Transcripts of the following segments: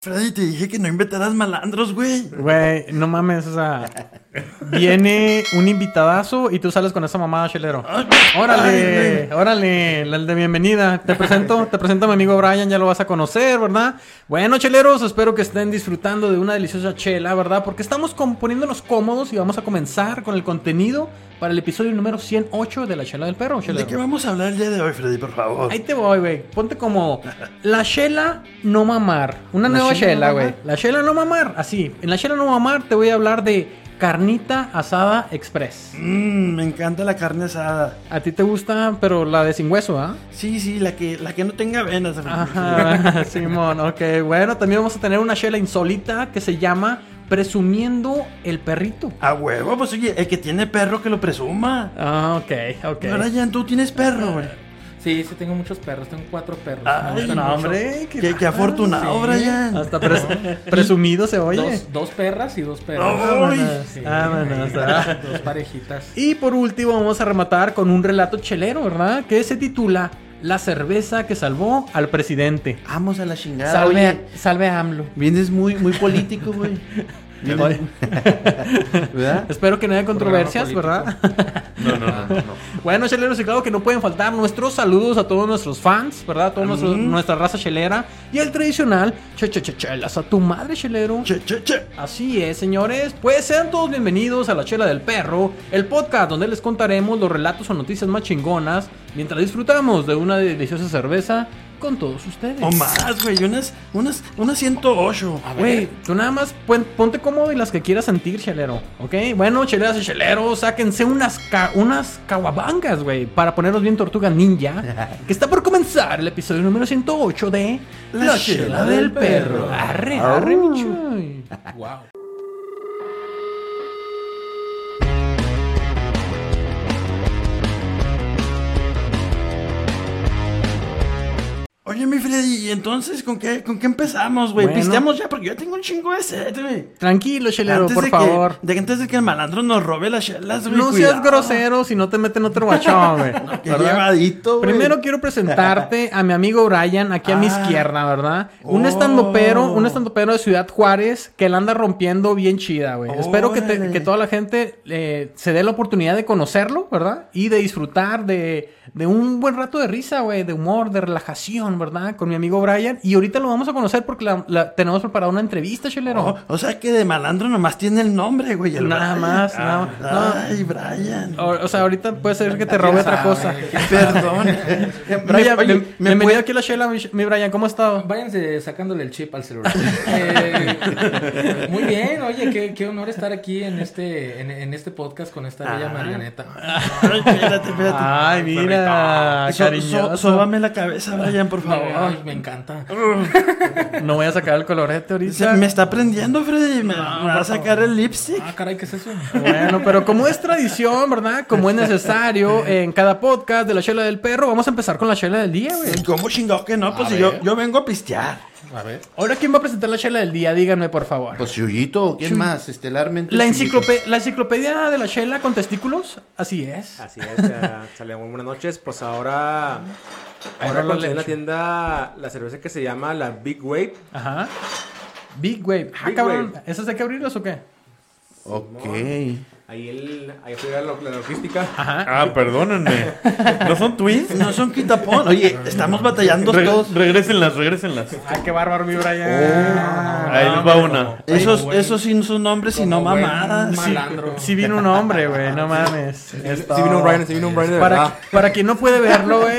Freddy, te dije que no invitarás malandros, güey. Güey, no mames, o sea, viene un invitadazo y tú sales con esa mamada, chelero. Órale, órale, la de bienvenida. Te presento, te presento a mi amigo Brian, ya lo vas a conocer, ¿verdad? Bueno, cheleros, espero que estén disfrutando de una deliciosa chela, ¿verdad? Porque estamos com- poniéndonos cómodos y vamos a comenzar con el contenido para el episodio número 108 de la chela del perro, ¿De qué chelero. vamos a hablar el día de hoy, Freddy, por favor? Ahí te voy, güey. Ponte como la chela no mamar. Una La nueva chela no chela, güey. mamar. La chela no mamar. Así. En la chela no mamar te voy a hablar de carnita asada express. Mm, me encanta la carne asada. A ti te gusta, pero la de sin hueso, ¿ah? Sí, sí, la que, la que no tenga venas. Freddy. Ajá, Simón, ok. Bueno, también vamos a tener una chela insólita que se llama Presumiendo el perrito. A huevo, pues oye, el que tiene perro que lo presuma. Ah, ok, ok. Brian, tú tienes perro, güey. Sí, sí, tengo muchos perros. Tengo cuatro perros. Ay, Me gustan no, mucho. Ah, hombre, Qué, qué afortunado, Sí. Brian. Hasta pres- presumido se oye. Dos, dos perras y dos perros. Ah, Ay. Sí, Vámonos, ah. ahí, dos parejitas. Y por último vamos a rematar con un relato chelero, ¿verdad? Que se titula La cerveza que salvó al presidente. Vamos a la chingada. Salve, oye. a- salve a AMLO. Vienes muy, muy político, güey. Vienes- Oye. ¿Verdad? Espero que no haya controversias, Programa ¿verdad? No, no, Ah. no. no. Bueno, cheleros, y claro que no pueden faltar nuestros saludos a todos nuestros fans, ¿verdad? A toda nuestro- nuestra raza chelera. Y el tradicional, che, che, che, chelas a tu madre, chelero. Che, che, che. Así es, señores. Pues sean todos bienvenidos a La Chela del Perro, el podcast donde les contaremos los relatos o noticias más chingonas mientras disfrutamos de una deliciosa cerveza con todos ustedes. O más, güey. Unas, unas, unas 108. Güey, tú nada más pon- ponte cómodo y las que quieras sentir, chelero, ¿ok? Bueno, cheleras y cheleros, sáquense unas ca- unas caguabangas, güey, para ponernos bien tortuga ninja, que está por comenzar el episodio número 108 de La Chela del Perro. Arre, arre, Au. mi chuy. Wow. Oye, mi Freddy, ¿y entonces con qué, con qué empezamos, güey? Bueno. Pisteamos ya porque yo tengo un chingo de sed, güey. Tranquilo, chelero, Antes por de favor. Que, de que antes de que el malandro nos robe las chelas, güey. No seas cuidado. grosero si no te meten otro guachón, güey. Qué ¿verdad? llevadito, güey. Primero quiero presentarte a mi amigo Brian, aquí a mi Ah. izquierda, ¿verdad? Un Oh. estandopero, un estandopero de Ciudad Juárez que la anda rompiendo bien chida, güey. Espero que, te- Órale. que toda la gente eh, se dé la oportunidad de conocerlo, ¿verdad? Y de disfrutar de, de un buen rato de risa, güey, de humor, de relajación, ¿verdad? Con mi amigo Brian. Y ahorita lo vamos a conocer porque la- la- tenemos preparada una entrevista, chelero. Oh, o sea que de malandro nomás tiene el nombre, güey. el Nada Brian. más, nada más. No. Oh. Ay, Brian. O, o sea, ahorita puede ser que te robe otra cosa. Perdón. Brian, Oye, bien- ¿me bienvenido puede- aquí a la Shela, mi, mi Brian, ¿cómo has estado? Váyanse sacándole el chip al celular. Eh, muy bien, oye, qué, qué honor estar aquí en este, en, en este podcast con esta bella Ah. marioneta. Ay, espérate, espérate. Ay, mira, So- so- cariñoso. Sóbame la cabeza, Brian, por favor. Ay, me encanta. No voy a sacar el colorete Se- ahorita. me está prendiendo, Freddy. Me, me va a sacar el lipstick. Ah, caray, ¿qué es eso? Bueno, pero como es tradición, ¿verdad? Como es necesario en cada podcast de la chela del perro, vamos a empezar con la chela del día, güey. Ay, ¿Cómo chingados que no? Pues si yo, yo vengo a pistear. A ver. Ahora, ¿quién va a presentar la chela del día? Díganme, por favor. Pues Chuyito, ¿quién más? Estelarmente. La, Chuyito. enciclope- la enciclopedia de la chela con testículos, así es. Así es, ya sale muy buenas noches. Pues ahora, ahora lo conseguí en la leche. tienda la cerveza que se llama la Big Wave. Ajá. Big Wave. Ah, Big cabrón. ¿Esas hay que abrirlas o qué? Ok. Ahí, el, ahí juega la, la logística. Ajá. Ah, perdónenme. ¿No son twins? No son quitapón. Oye, estamos batallando Re- todos. regrésenlas, regrésenlas. Ay, qué bárbaro, mi Brian. Ahí les va una. Esos, esos sí son nombres y no Como buen mamadas. ma- Sí, Malandro. sí vino un hombre, güey, no mames. Si vino un Brian, si vino un Brian de Para, verdad. para quien no puede verlo, güey,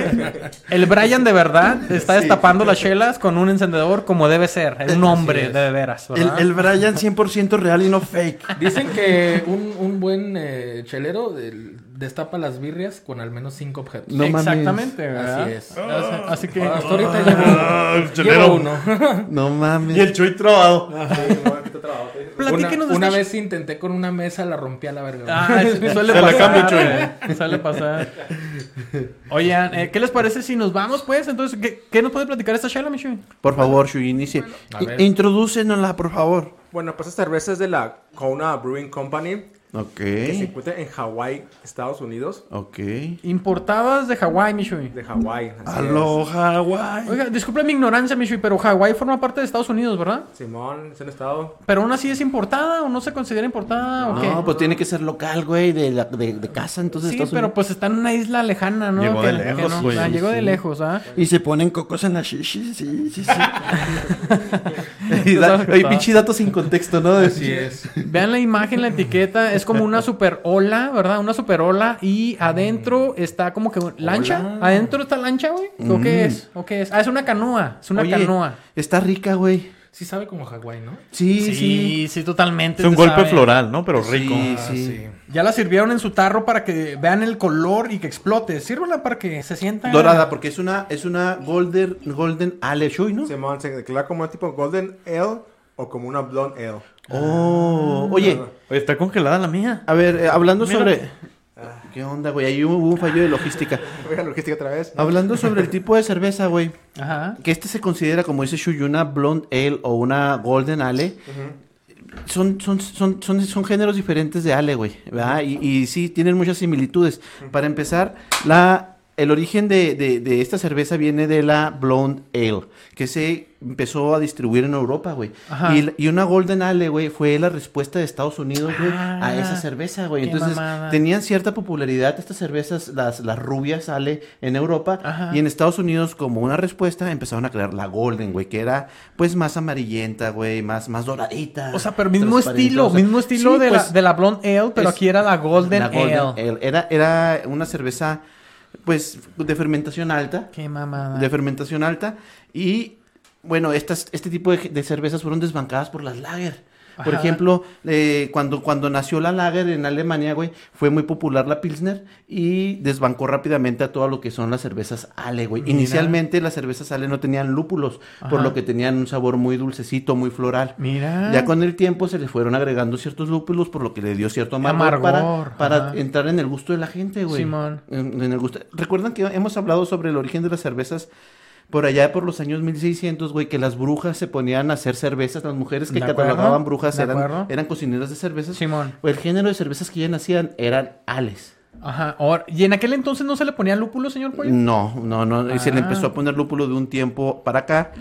el Brian de verdad está destapando las chelas con un encendedor como debe ser. Es un hombre de veras, El, ¿verdad? el Brian 100% real y no fake. Dicen que un, un buen eh, chelero eh, destapa las birrias con al menos cinco objetos. No mames. Exactamente, ¿verdad? Así es. Así que... Hasta ahorita llevo, Ah, el llevo chelero. uno. No mames. Y el Chuy trabado. Una, Platíquenos de una este- vez intenté con una mesa, la rompí a la verga. Ah, es- suele Se la cambio, pasar. Chuy. güey, Suele pasar. Oigan, eh, ¿qué les parece si nos vamos, pues? Entonces, ¿qué, qué nos puede platicar esta chela, Michu? Por favor, Shuy, inicie. A ver. Introdúcenosla, por favor. Bueno, pues esta cerveza es de la Kona Brewing Company. Ok. que se encuentra en Hawái, Estados Unidos. Ok. Importadas de Hawái, Mishui. De Hawái. así es. Aloha, guay. Oiga, disculpe mi ignorancia, Mishui, pero Hawái forma parte de Estados Unidos, ¿verdad? Simón, es un estado. Pero aún así es importada o no se considera importada o qué. No, pues tiene que ser local, güey, de, la- de, de casa, entonces sí, Estados pero Unidos. pues está en una isla lejana, ¿no? Llegó de lejos, no- güey. ah, llegó de Sí. lejos, ¿ah? Y se ponen cocos en la shishi, sí, sí, sí. Y da- sabes que Oye, está. pinche dato sin contexto, ¿no? Así es. Vean la imagen, la etiqueta, es como una super ola, ¿verdad? Una super ola y adentro está como que un- lancha. Adentro está lancha, güey. ¿O Mm. qué es? ¿O qué es? Ah, es una canoa, es una Oye, canoa. Está rica, güey. Sí sabe como Hawái, ¿no? Sí, sí. sí, totalmente. Es un se golpe sabe. floral, ¿no? Pero rico. Sí, Ah, sí. Ya la sirvieron en su tarro para que vean el color y que explote. Sírvela para que se sienta Dorada, porque es una, es una Golden, golden Ale Shui, ¿no? Simón se declara como un tipo Golden Ale o como una Blonde Ale. Oh, oye, Oye, está congelada la mía. a ver, eh, hablando Mira. sobre. ¿Qué onda, güey? Ahí hubo un fallo de logística. Voy a logística otra vez. Hablando sobre el tipo de cerveza, güey. Ajá. Que este se considera, como dice Shui, una Blonde Ale o una Golden Ale. Son, son, son, son, son géneros diferentes de Ale, güey. ¿Verdad? Y, y sí, tienen muchas similitudes. Para empezar, la, el origen de, de- de esta cerveza viene de la Blonde Ale, que se empezó a distribuir en Europa, güey. Ajá. Y, la- y una Golden Ale, güey, fue la respuesta de Estados Unidos, güey, Ah, a esa cerveza, güey. qué Entonces, mamada. tenían cierta popularidad estas cervezas, las, las rubias Ale, en Europa. Ajá. Y en Estados Unidos, como una respuesta, empezaron a crear la Golden, güey, que era, pues, más amarillenta, güey, más, más doradita. O sea, pero mismo transparente, estilo, o sea, mismo estilo sí, de, pues, la, de la Blonde Ale, pero es- aquí era la Golden, la Golden Ale. Ale. Era, era una cerveza, pues, de fermentación alta. Qué mamada. De fermentación alta. Y, bueno, estas, este tipo de, de cervezas fueron desbancadas por las lager. Por Ajá. ejemplo, eh, cuando, cuando nació la lager en Alemania, güey, fue muy popular la Pilsner y desbancó rápidamente a todo lo que son las cervezas Ale, güey. Mira. Inicialmente las cervezas Ale no tenían lúpulos, por Ajá. lo que tenían un sabor muy dulcecito, muy floral. Mira. Ya con el tiempo se le fueron agregando ciertos lúpulos, por lo que le dio cierto amargor, Amargor, para, para ajá. entrar en el gusto de la gente, güey. Simón. En, en el gusto. Recuerdan que hemos hablado sobre el origen de las cervezas por allá por los años 1600, güey, que las brujas se ponían a hacer cervezas, las mujeres que De acuerdo, catalogaban brujas de eran, acuerdo. eran cocineras de cervezas. Simón. O el género de cervezas que ya nacían eran ales. Ajá. ahora- ¿Y en aquel entonces no se le ponía lúpulo, señor Pollo? No, no, no. Y se le Pues. Ah. empezó a poner lúpulo de un tiempo para acá.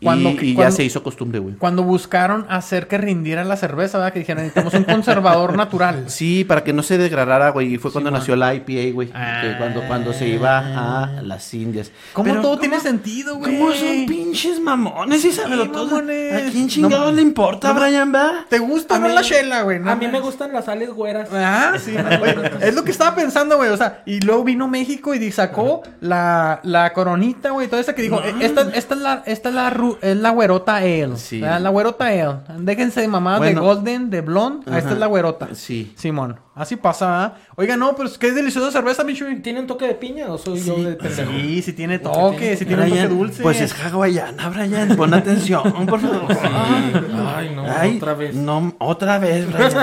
Y, Cuando- y ya cuando- se hizo costumbre, güey. Cuando buscaron hacer que rindiera la cerveza, ¿verdad? Que dijeron, necesitamos un conservador natural. Sí, para que no se degradara, güey. Y fue cuando Simón. nació la IPA, güey. Ah. que Cuando, cuando se iba a las Indias. ¿Cómo Pero, todo ¿cómo- tiene sentido, güey? ¿Cómo son pinches mamones? Y sabe Sí, todo. mamones. ¿A quién chingados No, le importa, Brian, va? ¿Te gusta A o no mí- la chela, güey? No A mí me mames. gustan las sales güeras. Ah, sí. Oye, es lo que estaba pensando, güey. O sea, y luego vino México y di- sacó la, la coronita, güey. Toda esa que dijo, "Eh, esta, esta es la, esta es la, ru- es la güerota ale. Sí. La, la güerota ale. Déjense de mamá Bueno. de golden, de blonde. Ah, Esta Ajá. es la güerota. Sí. Simón. Así pasa, ¿verdad? Oiga, no, pero es que es deliciosa cerveza, bicho. ¿Tiene un toque de piña o soy yo de pendejo? Sí, sí tiene toque, sí tiene un toque Brian, dulce. Pues es hawaiana, Brian. Pon atención, por favor. Ay, no, Ay, otra vez. No, otra vez, Brian.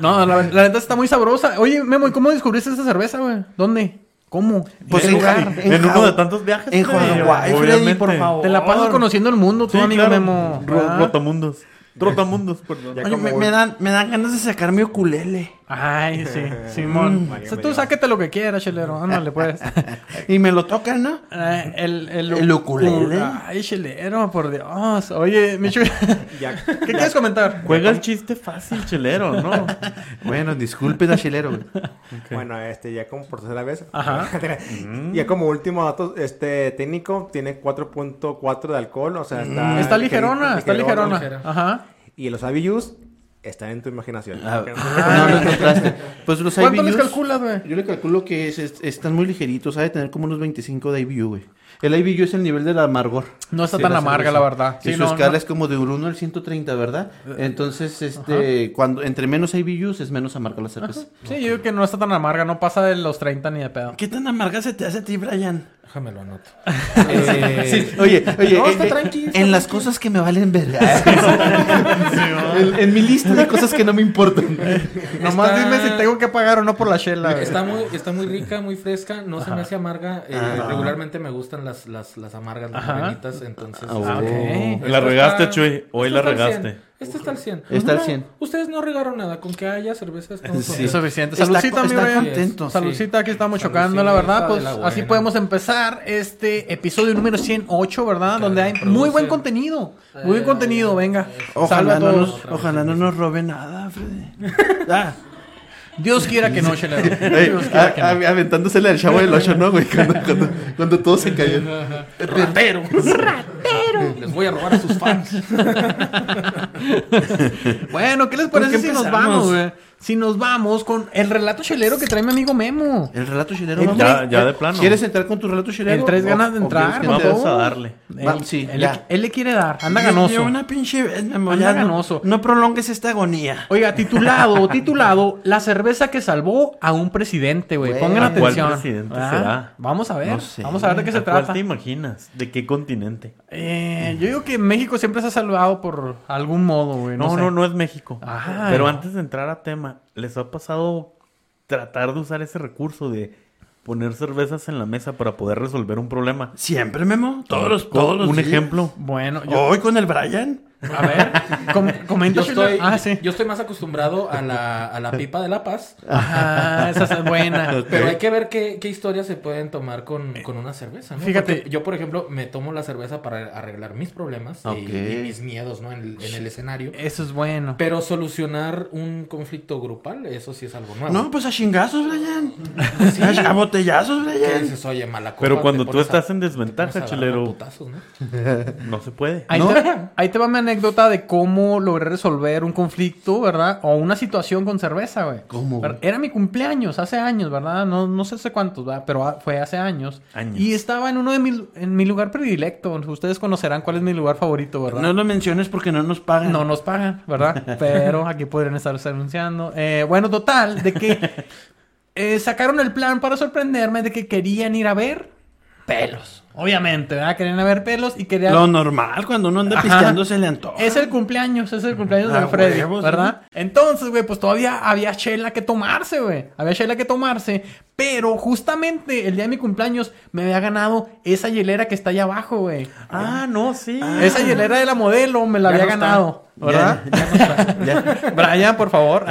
No, la, la neta está muy sabrosa. Oye, Memo, ¿y cómo descubriste esa cerveza, güey? ¿Dónde? ¿Cómo? Pues qué en, lugar? Ja- en En uno Ja- de tantos viajes. en güey, Hawái, Freddy, obviamente. por favor. Te la pasas conociendo el mundo, tú, Sí, amigo claro. Memo. Ro- Ah. Rotamundos. Rotamundos, perdón. Ya Oye, como me, me dan, me dan ganas de sacar mi ukulele. Ay, sí, Simón. Mm. O sea, tú sáquete lo que quieras, chelero. Ándale, pues. Y me lo tocan, ¿no? Eh, el, el, El ukulele. Ay, chelero, por Dios. Oye, Michu, ¿qué Ya, quieres comentar? Juega el chiste fácil, chelero, ¿no? Bueno, disculpe, Dachilero, güey. Bueno, este, ya como por tercera vez. Ajá. ya como último dato, este técnico tiene 4.4 de alcohol, o sea, está... Mm. Ah, Está ligerona, está ligerona. ligerona. Ajá. Y los abiyus están en tu imaginación. Ah, no lo encontraste. Pues los ¿Cuánto les IBUs, calculas, güey? Yo le calculo que es- es- están muy ligeritos. Ha de tener como unos 25 de IBU, güey. El IBU es el nivel del amargor. No está de tan la amarga, cerveza. la verdad. Y Sí, su no, escala no. es como de 1 al 130, ¿verdad? Entonces, este, cuando entre menos IBUs es menos amarga la cerveza. Sí, yo digo que no está tan amarga, no pasa de los 30 ni de pedo. ¿Qué tan amarga se te hace a ti, Brian? Déjame lo anoto. Eh, Oye, oye, No, eh, está eh, tranqui, está en las cosas que me valen verga. en, en mi lista de cosas que no me importan. Nomás dime si tengo que pagar o no por la chela. güey. Está muy, está muy rica, muy fresca, no se me hace amarga. eh, regularmente me gustan las, las, las amargas, las Ajá. morenitas, entonces. Ah, este, ok. esto La regaste, está- Chuy, hoy esto está la al regaste. 100. Este está al 100. Está al No, 100. Ustedes no regaron nada, con que haya cervezas. estamos Sí. Pues Es contentos. suficiente. Está Saludcita, co- mi está Brian. contento, sí. Saludcita, aquí estamos Saludcita chocando, la verdad. de Pues la buena. así podemos empezar este episodio número 108, ¿verdad? Donde hay muy buen producen. contenido. Muy buen Eh, contenido, venga. Salve Ojalá a no, todos. nos, ojalá no nos robe nada, Freddy. Ah. Dios quiera que no, Chelero. Ey, Dios ah. quiera que a- no. a- aventándosele al chavo del 8, ¿no, güey? Cuando, cuando, cuando todo se cayó. Ratero. Les voy a robar a sus fans. Bueno, ¿qué les ¿Con parece si qué nos empezamos? vamos, güey? Si nos vamos con el relato chelero que trae mi amigo Memo. El relato chileno. El- vamos. Ya- ya de plano. ¿Quieres entrar con tu relato chileno? Él traes ¿O- ganas de o entrar, quieres que ¿no? entre- Vamos a darle. Va- Él- sí, él, ya. le- él le quiere dar. Anda Yo- yo ganoso. una pinche eh, vez, mi amor, Anda ya no- ganoso. No prolongues esta agonía. Oiga, titulado, titulado, la cerveza que salvó a un presidente, güey. Güey, Pongan ¿a cuál atención. presidente ¿verdad? será? Vamos a ver. No sé. Vamos a ver de qué se ¿A cuál trata. te imaginas? ¿De qué continente? Eh, yo digo que México siempre se ha salvado por algún modo, güey. No, No, sé. no, no es México. Ah. Pero antes de entrar a tema, ¿les ha pasado tratar de usar ese recurso de poner cervezas en la mesa para poder resolver un problema? Siempre, Memo. Todos los, todos los Un días. ejemplo. Bueno, yo, Hoy con el Brian. Oh. a ver, com- comenta. Yo Sheila. estoy, Ah, sí. yo estoy más acostumbrado a la, a la pipa de La Paz. Ajá, esa es buena. Pero hay que ver qué, qué historias se pueden tomar con, con una cerveza, ¿no? Fíjate. Porque yo, por ejemplo, me tomo la cerveza para arreglar mis problemas y- Ok. y, mis miedos, ¿no? En el, en el escenario. Eso es bueno. Pero solucionar un conflicto grupal, eso sí es algo nuevo. No, pues a chingazos, Brian. Sí. A, a botellazos, Que Brian. dices, oye, mala copa, Pero cuando te tú pones a- estás en te pones a desventaja, agarrar a chilero, putazos, ¿no? no se puede. Ahí, ¿No? te, ahí te va mi anécdota de cómo logré resolver un conflicto, ¿verdad? O una situación con cerveza, güey. ¿Cómo, güey? Era mi cumpleaños, hace años, ¿verdad? No, no sé hace cuántos, ¿verdad? Pero ah, fue hace años. Años. Y estaba en uno de mi, en mi lugar predilecto. Ustedes conocerán cuál es mi lugar favorito, ¿verdad? No lo menciones porque no nos pagan. No nos pagan, ¿verdad? Pero aquí podrían estarse anunciando. Eh, bueno, total, de que eh, sacaron el plan para sorprenderme de que querían ir a ver pelos. Obviamente, ¿verdad? Querían ir a ver pelos y querían... Lo normal, cuando uno anda Ajá. pisteando se le antoja. Es el cumpleaños, es el cumpleaños Ah, de Freddy, huevos, ¿verdad? Entonces, güey, pues todavía había chela que tomarse, güey. Había chela que tomarse. Pero justamente el día de mi cumpleaños me había ganado esa hielera que está allá abajo, güey. Ah, no, sí. Esa hielera de la modelo me la Ya había no está. ganado, Ya, ¿verdad? ya no está, ya. Brian, por favor.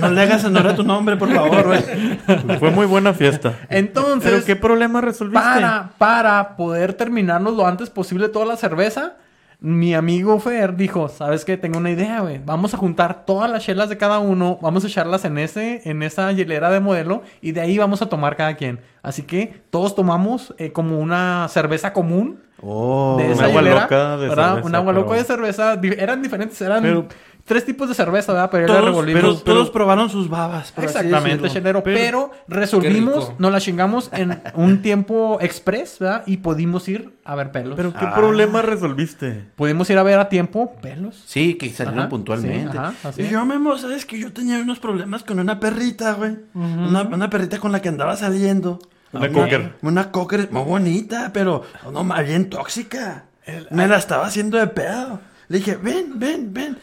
No le hagas honor a tu nombre, por favor, güey. Fue muy buena fiesta. ¿Pero Entonces, qué problema resolviste? para, para poder terminarnos lo antes posible toda la cerveza, mi amigo Fer dijo, ¿sabes qué? Tengo una idea, güey. Vamos a juntar todas las chelas de cada uno, vamos a echarlas en ese, en esa hielera de modelo y de ahí vamos a tomar cada quien. Así que todos tomamos eh, como una cerveza común Oh. de Un esa agua hielera, loca de ¿verdad? cerveza, un agua pero- loca de cerveza. Di- Eran diferentes, eran Pero- tres tipos de cerveza, ¿verdad? Pero ya la Todos, revolvimos. pero, pero- todos probaron sus babas. por así Exactamente, decirlo. chelero. Pero, Qué resolvimos, rico. nos la chingamos en un tiempo express, ¿verdad? Y pudimos ir a ver pelos. ¿Pero qué problema resolviste? pudimos ir a ver a tiempo pelos. Sí, que salieron Ajá, puntualmente. ¿Ah, sí, ajá, así Y es. yo, Memo, sabes que yo tenía unos problemas con una perrita, güey. una, una perrita con la que andaba saliendo. Ah, Una cocker. Una cocker muy bonita, pero no más bien tóxica. Me la estaba haciendo de pedo. Le dije, ven, ven, ven.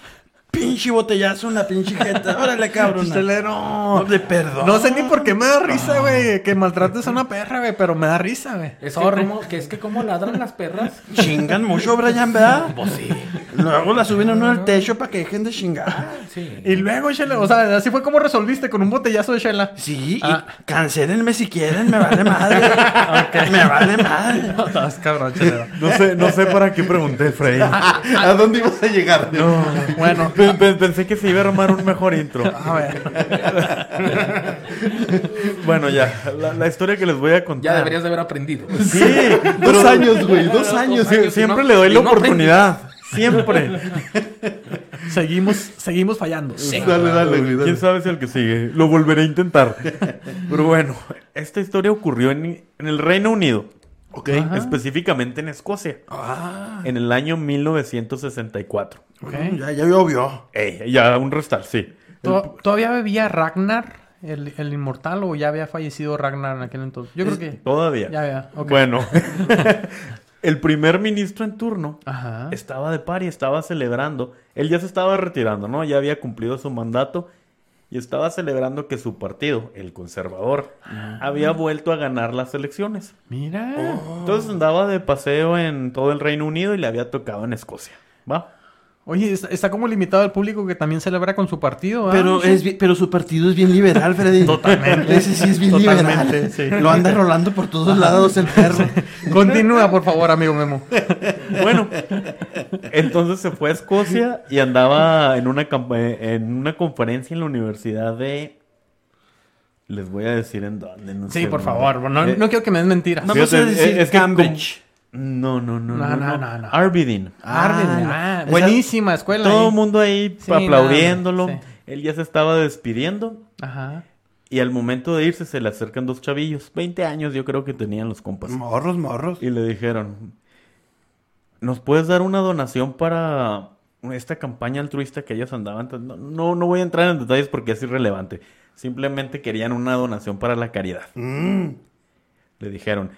Pinche botellazo en la pinche jeta. Órale, cabrón. Chelero. No, de perdón. No sé ni por qué me da risa, güey. Que maltrates a una perra, güey. Pero me da risa, güey. Es que, Sorry. como, que es que como ladran las perras. Chingan mucho, Brian, ¿verdad? Pues sí, Luego la suben a uno al techo para que dejen de chingar. sí. Y luego, Chelero, o sea, así fue como resolviste con un botellazo de Shela. Sí, y Ah. cancelenme si quieren, me vale madre. Me vale madre. Estás cabrón, Chelero. No sé, no sé para qué pregunté, Frey. ¿A dónde ibas a llegar? Bueno, Pe- pe- Pensé que se iba a armar un mejor intro. a ver. Bueno, ya. La, la historia que les voy a contar. Ya deberías de haber aprendido. Sí, pero- Dos años, güey. Dos Dos años. años. Sie- Siempre Y no- le doy y la no oportunidad. Siempre. Seguimos, seguimos fallando. Dale, dale, güey. ¿Quién dale. sabe si el que sigue? Lo volveré a intentar. Pero bueno, esta historia ocurrió en, en el Reino Unido. Ok. Ajá. Específicamente en Escocia. Ah, En el año 1964. Ok. ya, ya llovió. Ey, ya un restar, sí. To- ¿Todavía bebía Ragnar, el, el inmortal, o ya había fallecido Ragnar en aquel entonces? Yo creo que... Todavía. Ya, ya, ok. Bueno. el primer ministro en turno Ajá. estaba de par y estaba celebrando. Él ya se estaba retirando, ¿no? Ya había cumplido su mandato y estaba celebrando que su partido, el conservador, Ah. había vuelto a ganar las elecciones. Mira. Oh. Entonces andaba de paseo en todo el Reino Unido y le había tocado en Escocia. ¿Va? Oye, está, está como limitado al público que también celebra con su partido. ¿ah? Pero, es, bi- pero su partido es bien liberal, Freddy. Totalmente. Ese sí es bien liberal. Totalmente, sí. Lo anda rolando por todos lados el perro. Continúa, por favor, amigo Memo. Bueno, entonces se fue a Escocia y andaba en una, campa- en una conferencia en la universidad de... Les voy a decir en dónde. no Sí, sé por dónde. favor. No, Eh, no quiero que me des mentiras. No, Vamos a Fíjate, decir es- es que Cambridge. No, no, no. No, No, no, no, no, no. Aberdeen. Arden, Ah, ah, buenísima escuela. Todo ahí. el mundo ahí Sí, aplaudiéndolo. nada, sí. Él ya se estaba despidiendo Ajá. y al momento de irse se le acercan dos chavillos. 20 años yo creo que tenían los compas. Morros, morros. Y le dijeron, ¿nos puedes dar una donación para esta campaña altruista que ellos andaban? tra- No, no, no voy a entrar en detalles porque es irrelevante. Simplemente querían una donación para la caridad. Mm. Le dijeron,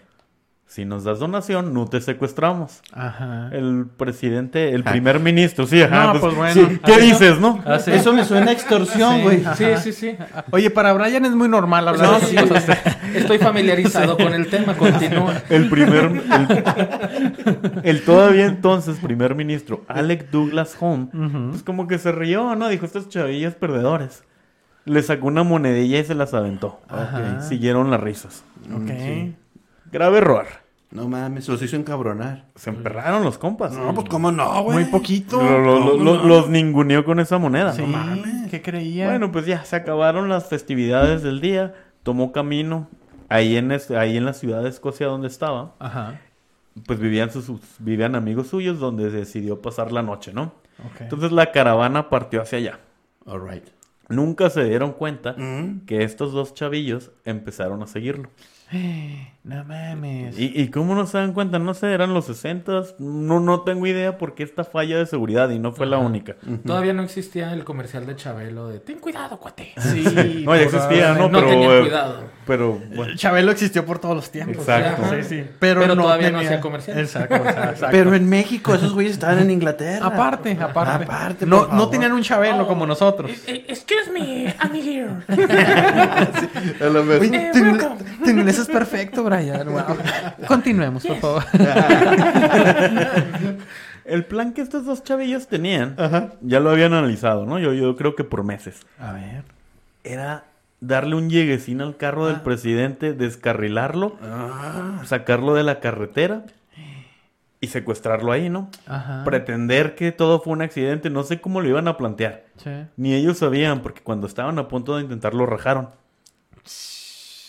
si nos das donación, no te secuestramos. Ajá. El presidente, el primer ministro, sí, ajá. No, pues, pues bueno. sí, ¿Qué Así no. dices, no? Ah, sí. Eso me suena a extorsión, Sí. güey. Ah. Sí, Ajá. sí, sí. Oye, para Brian es muy normal hablar No, de sí, esas cosas. Estoy familiarizado con el tema, continúa. El primer. El, el todavía entonces primer ministro, Alec Douglas Home, pues como que se rió, ¿no? Dijo: Estos chavillas perdedores. Le sacó una monedilla y se las aventó. Ajá. Ok, Siguieron las risas. Ok. Grave error. No mames, los hizo encabronar. Se emperraron los compas. No, pues cómo no, güey. Muy poquito. Lo- lo- lo- ¿Cómo lo- no? Los ninguneó con esa moneda. Sí, ¿no? ¿qué creía? Bueno, pues ya se acabaron las festividades del día. Tomó camino ahí en, es- ahí en la ciudad de Escocia donde estaba. Ajá. Pues vivían, sus, sus- vivían amigos suyos donde decidió pasar la noche, ¿no? Ok. Entonces la caravana partió hacia allá. All right. Nunca se dieron cuenta Mm. que estos dos chavillos empezaron a seguirlo. Eh, no mames. ¿Y, y cómo no se dan cuenta? No sé, eran los 60 no, no tengo idea porque esta falla de seguridad y no fue la única. Todavía no existía el comercial de Chabelo de ten cuidado, cuate. Sí, No, ya existía, ¿no? No pero, tenía eh, cuidado. Pero, bueno, Chabelo existió por todos los tiempos. exacto. Ajá. Sí, sí. Pero, Pero no todavía no tenía- hacía comercial. Exacto, o sea, exacto. Pero en México esos güeyes estaban en Inglaterra. Aparte, aparte. Aparte, no, por no favor. tenían un Chabelo como nosotros. Eh, Excuse me, I'm here. Eh, Oye, tu, ingle- tu inglés es perfecto, Brian. Wow. Continuemos, por favor. El plan que estos dos chavillos tenían, Ah. ya lo habían analizado, ¿no? Yo, yo creo que por meses. A ver. Era darle un lleguecín al carro Ah. del presidente, descarrilarlo, sacarlo de la carretera y secuestrarlo ahí, ¿no? Ah. Ajá. pretender que todo fue un accidente, no sé cómo lo iban a plantear. Sí. Ni ellos sabían, porque cuando estaban a punto de intentarlo rajaron.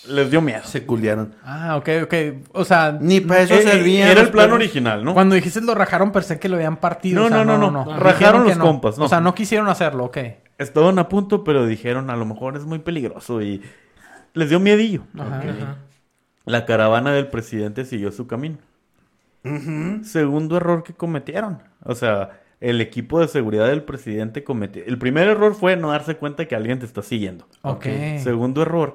Les dio miedo. Se culiaron. Ah, ok, ok. O sea, Ni para eso Eh, eh, servían. era el los plan perros. original, ¿no? cuando dijiste lo rajaron, pensé que lo habían partido. No, o sea, no, no, no. Rajaron Dijeron que los compas, no. O sea, no quisieron hacerlo, ok. Estaban a punto, pero dijeron, a lo mejor es muy peligroso y les dio miedillo. Ajá. Ajá. La caravana del presidente siguió su camino. Segundo error que cometieron. O sea, el equipo de seguridad del presidente cometió. El primer error fue no darse cuenta que alguien te está siguiendo. Ok. Segundo error,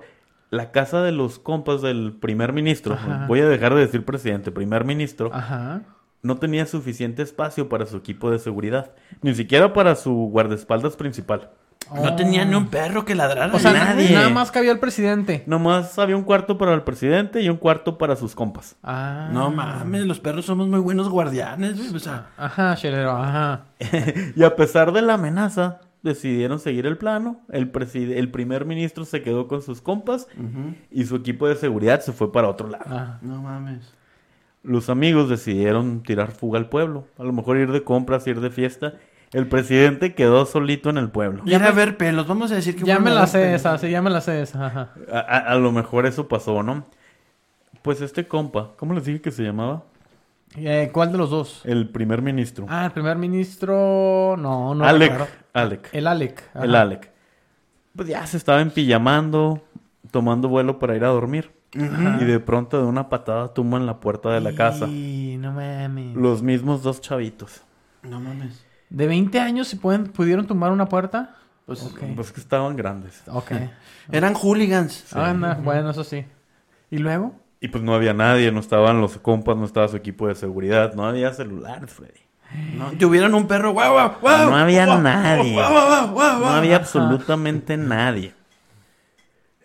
la casa de los compas del primer ministro, Ajá. Ah. voy a dejar de decir presidente, primer ministro, Ajá. no tenía suficiente espacio para su equipo de seguridad, ni siquiera para su guardaespaldas principal. No tenían ni un perro que ladrara. O sea, nadie. nada más cabía el presidente. Nomás había un cuarto para el presidente y un cuarto para sus compas. Ah. No mames, los perros somos muy buenos guardianes, güey. O sea, Ajá, chelero, ajá. Y a pesar de la amenaza, decidieron seguir el plano, el, presi- el primer ministro se quedó con sus compas y su equipo de seguridad se fue para otro lado. Ajá. No mames. Los amigos decidieron tirar fuga al pueblo. A lo mejor ir de compras, ir de fiesta. El presidente quedó solito en el pueblo. ir a ver pelos. Vamos a decir que Ya fueron me a la ver sé pelos. esa, sí, ya me la sé esa. Ajá. A, a- a lo mejor eso pasó, ¿no? Pues este compa, ¿cómo les dije que se llamaba? Eh, ¿Cuál de los dos? El primer ministro. Ah, el primer ministro. No, no. Alec. claro. Alec. El, El Alec. ajá. Alec. Pues ya se estaba empillamando, tomando vuelo para ir a dormir. Y de pronto de una patada tumba en la puerta de la casa. Y no mames. Los mismos dos chavitos. No mames. ¿De 20 años se pueden, pudieron tumbar una puerta? Pues, ok. Pues que estaban grandes. ok. Eran hooligans. Ah, no, bueno, eso sí. ¿Y luego? Y pues no había nadie, no estaban los compas, no estaba su equipo de seguridad, no había celulares, Freddy. No, tuvieron un perro. ¡Guau, guau, guau! No había guau, nadie. guau, guau, guau, No guau. había absolutamente nadie.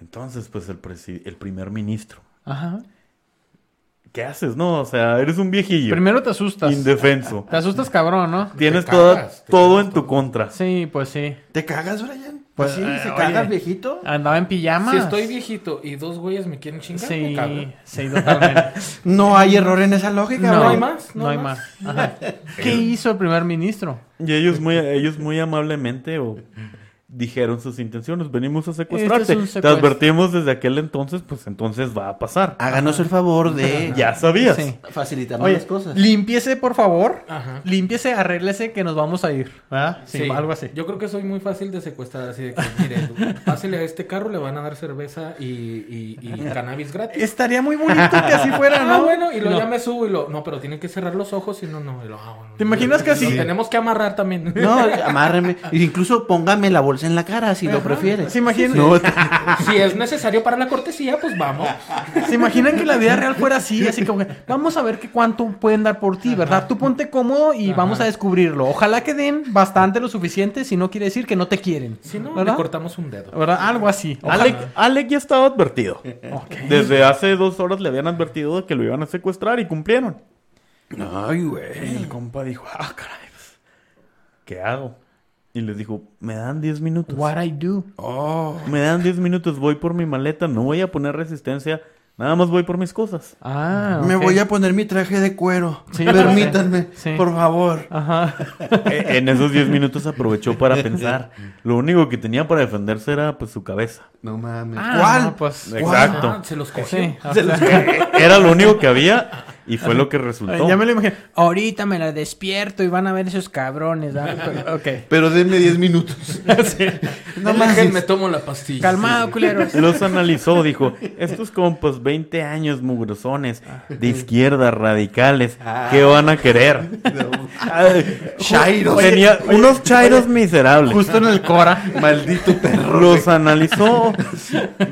Entonces, pues el, presi- el primer ministro Ajá. ¿qué haces? No, o sea, eres un viejillo. Primero te asustas. indefenso. Te asustas cabrón, ¿no? Tienes te toda- cagas, te todo en tu contra. Sí, pues sí. ¿Te cagas, Brian? Pues, Pues sí, eh, ¿se oye. cagas, viejito? Andaba en pijama. Si estoy viejito y dos güeyes me quieren chingar, me Sí, cago. sí, totalmente. No hay error en esa lógica, No, bro. hay más, No, no hay más. más. Ajá. ¿Qué hizo el primer ministro? Y ellos muy, ellos muy amablemente o, dijeron sus intenciones. Venimos a Este secuestrarte. es un Te secuestro. advertimos desde aquel entonces, pues entonces va a pasar. Háganos el favor de Ya sabías. Sí. facilitarnos Oye, las cosas. límpiese, por favor. Ajá. Límpiese, arréglese que nos vamos a ir. ¿Verdad? Sí, Sí. algo así. Yo creo que soy muy fácil de secuestrar, así de que, mire, pásele a este carro, le van a dar cerveza y, y- y cannabis gratis. Estaría muy bonito que así fuera, ¿no? Ah, bueno, y lo No. ya me subo y lo... No, pero tienen que cerrar los ojos y no, no. y lo- ah, bueno, ¿Te imaginas que lo así- tenemos que amarrar también. No, amárreme. Incluso póngame la bolsa en la cara si lo prefieres. ¿Se imaginan, No, Si es necesario para la cortesía, pues vamos. ¿Se imaginan que la vida real fuera así? Así como que vamos a ver qué cuánto pueden dar por ti, ¿verdad? Tú ponte cómodo y Ajá. vamos a descubrirlo. Ojalá que den bastante lo suficiente, si no quiere decir que no te quieren. Si no, le ¿verdad? cortamos un dedo. ¿Verdad? Algo así. Ojalá. Alec, Alec ya estaba advertido. Ok. Desde hace dos horas le habían advertido de que lo iban a secuestrar y cumplieron. Ay, güey. El compa dijo, ah, caray, pues, ¿qué hago? Y les dijo, me dan 10 minutos. What I do. Oh. Me dan 10 minutos, voy por mi maleta, no voy a poner resistencia, nada más voy por mis cosas. Ah. Me ok. voy a poner mi traje de cuero. Sí, Permítanme, sí, sí. por favor. Ajá. Eh, en esos 10 minutos aprovechó para pensar. Lo único que tenía para defenderse era pues su cabeza. No mames. Ah, ¿Cuál? no, pues. Exacto. Ah, se los cogió. Sí. o Se sea, los- Eh, Era lo único que había y fue lo que resultó. ya me lo imagino. Ahorita me la despierto y van a ver esos cabrones. ¿verdad? Ok. Pero denme 10 minutos. No más. me tomo la pastilla. Calmado, culeros. Los analizó, dijo, estos compas, 20 años mugrosones, de izquierda, radicales, Ah. ¿qué van a querer? Ay, Chairos. Tenía unos chairos miserables. Justo en el Cora. Maldito perro. Los analizó,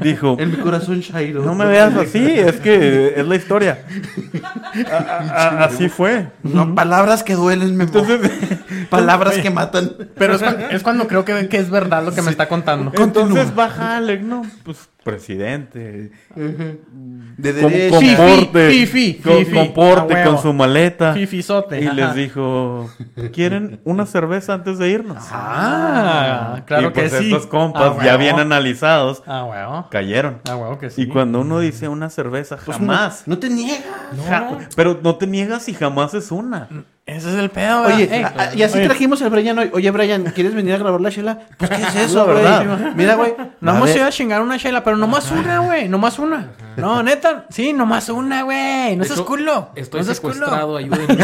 dijo, En mi corazón, Shairo. no me veas así, es que es la historia. A- a- a- así fue. No, palabras que duelen, me Entonces, Palabras que matan. Pero es, cuan- es cuando creo que, que es verdad lo que me está contando. entonces baja Alec, ¿no? Pues presidente. De Com- derecha. Eh, Fifi, comporte, fifi, co- fifi. comporte A Ah, huevo. con su maleta. Fifizote. Y ajá. les dijo, ¿quieren una cerveza antes de irnos? Ah, claro y pues que sí. estos compas Ah, ya huevo. bien analizados Ah, huevo. cayeron. Ah, huevo que sí. Y cuando uno dice una cerveza, jamás. No te niegas. Ja- Pero no te niegas si jamás es una. Ese es el pedo, Oye, ¿verdad? Ey, a- ah, a- y así Ah, eh, oye, trajimos al Brian hoy. Oye, Brian, ¿quieres venir a grabar la chela? Pues, ¿qué es eso, La güey? verdad. Mira, güey. No a hemos ver, ido a chingar una chela, pero nomás una, güey. Nomás una. No, neta. Sí, nomás una, güey. No De seas hecho, culo. Estoy no seas secuestrado, ayúdenme.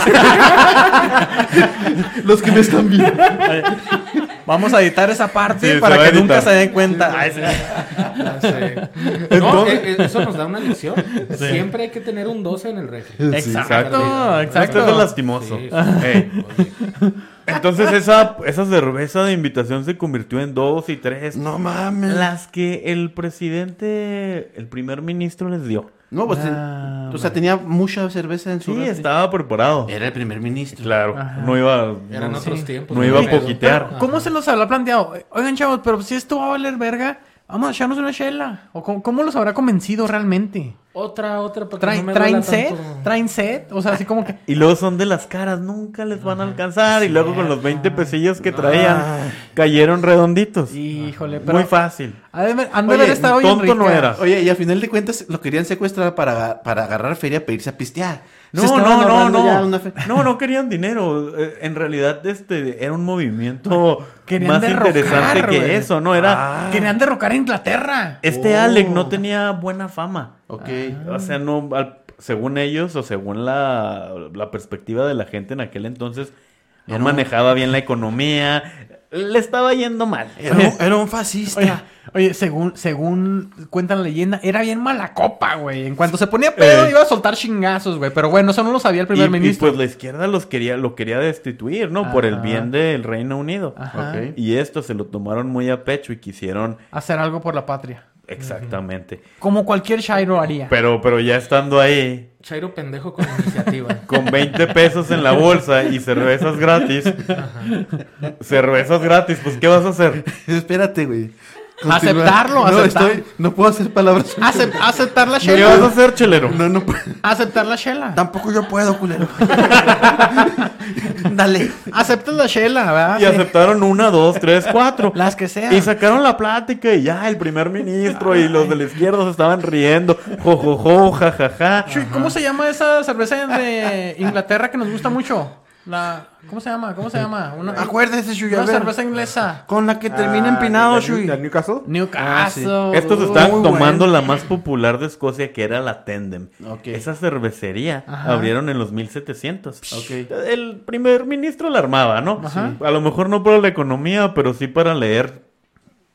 Los que me están viendo. culo. Vamos a editar esa parte Sí, para se va que a nunca editar. se den cuenta. Ah, Ay, sí. Ya sé. No, Entonces- eh, eh, eso nos da una lección. Siempre hay que tener un 12 en el refri. Exacto, Esto es de exacto. lastimoso. Sí, sí. Ey. Entonces esa, esa cerveza de invitación se convirtió en dos y tres. No mames. Las que el presidente, el primer ministro les dio. No, pues, Ah, o sea, tenía mucha cerveza en su. Sí, refri. estaba preparado. Era el primer ministro. Claro, no iba, Eran no, otros sí. tiempos. no iba a pedo. poquitear. ¿Cómo se los habrá planteado? Oigan, chavos, pero si esto va a valer verga, vamos a echarnos una chela. ¿O cómo, cómo los habrá convencido realmente? Otra, otra. para que ¿Traen, Pues no me traen duela set? tanto. ¿Traen set? O sea, así como que... Y luego son de las caras, nunca les van a alcanzar. Y luego con los 20 pesillos que Ah. traían, cayeron redonditos. Híjole, pero... Muy fácil. Ha de haber- han de haber Oye, estado bien tonto no ricas. era. Oye, y al final de cuentas lo querían secuestrar para, para agarrar feria para irse a pistear. Se No, estaban no, no, ahorrando ya no. una fe- No, no querían dinero. Eh, En realidad, este era un movimiento Querían más derrocar, interesante que güey. eso, ¿no? Era. Ah. Querían derrocar a Inglaterra. Este Alec Oh. no tenía buena fama. Ok. O sea, no, al- según ellos o según la, la perspectiva de la gente en aquel entonces, no Era un- manejaba bien la economía, le estaba yendo mal. Era, un- era un fascista. Oye, oye, según, según cuenta la leyenda, era bien mala copa, güey. En cuanto se ponía pedo, Eh. iba a soltar chingazos, güey. Pero bueno, eso no lo sabía el Y, primer y, ministro. pues la izquierda los quería, lo quería destituir, ¿no? Por el Ajá. bien del Reino Unido. Ajá. Ok. Y esto se lo tomaron muy a pecho y quisieron Hacer algo por la patria. exactamente. Como cualquier Shairo haría. Pero, pero ya estando ahí, Chairo pendejo con iniciativa. con 20 pesos en la bolsa y cervezas gratis, cervezas gratis, pues ¿qué vas a hacer? Espérate, güey. continuar. Aceptarlo, No, aceptar. estoy, no puedo hacer palabras. Acep- aceptar la ¿Qué vas a chela. hacer, chelero? No, no puedo. Aceptar la chela. Tampoco yo puedo, culero. Dale. Aceptas la chela, ¿verdad? Y aceptaron una, dos, tres, cuatro. Las que sean. Y sacaron la plática y ya el primer ministro y los de la izquierda se estaban riendo. Jojojo, jajaja. Chuy, ¿Cómo se llama esa cerveza de Inglaterra que nos gusta mucho? La... ¿Cómo se llama? ¿Cómo se llama? Una, Acuérdese, Shuy. a una ver. cerveza inglesa. Con la que Ah, Ah, termina empinado, Shuy. ¿Del Newcastle? Newcastle. Ah, Oh, Estos estaban muy tomando la más popular de Escocia, que era la Tendem. Ok. Esa cervecería Ajá. abrieron en los 1700. Ok. El primer ministro la armaba, ¿no? Ajá. A lo mejor no para la economía, pero sí para leer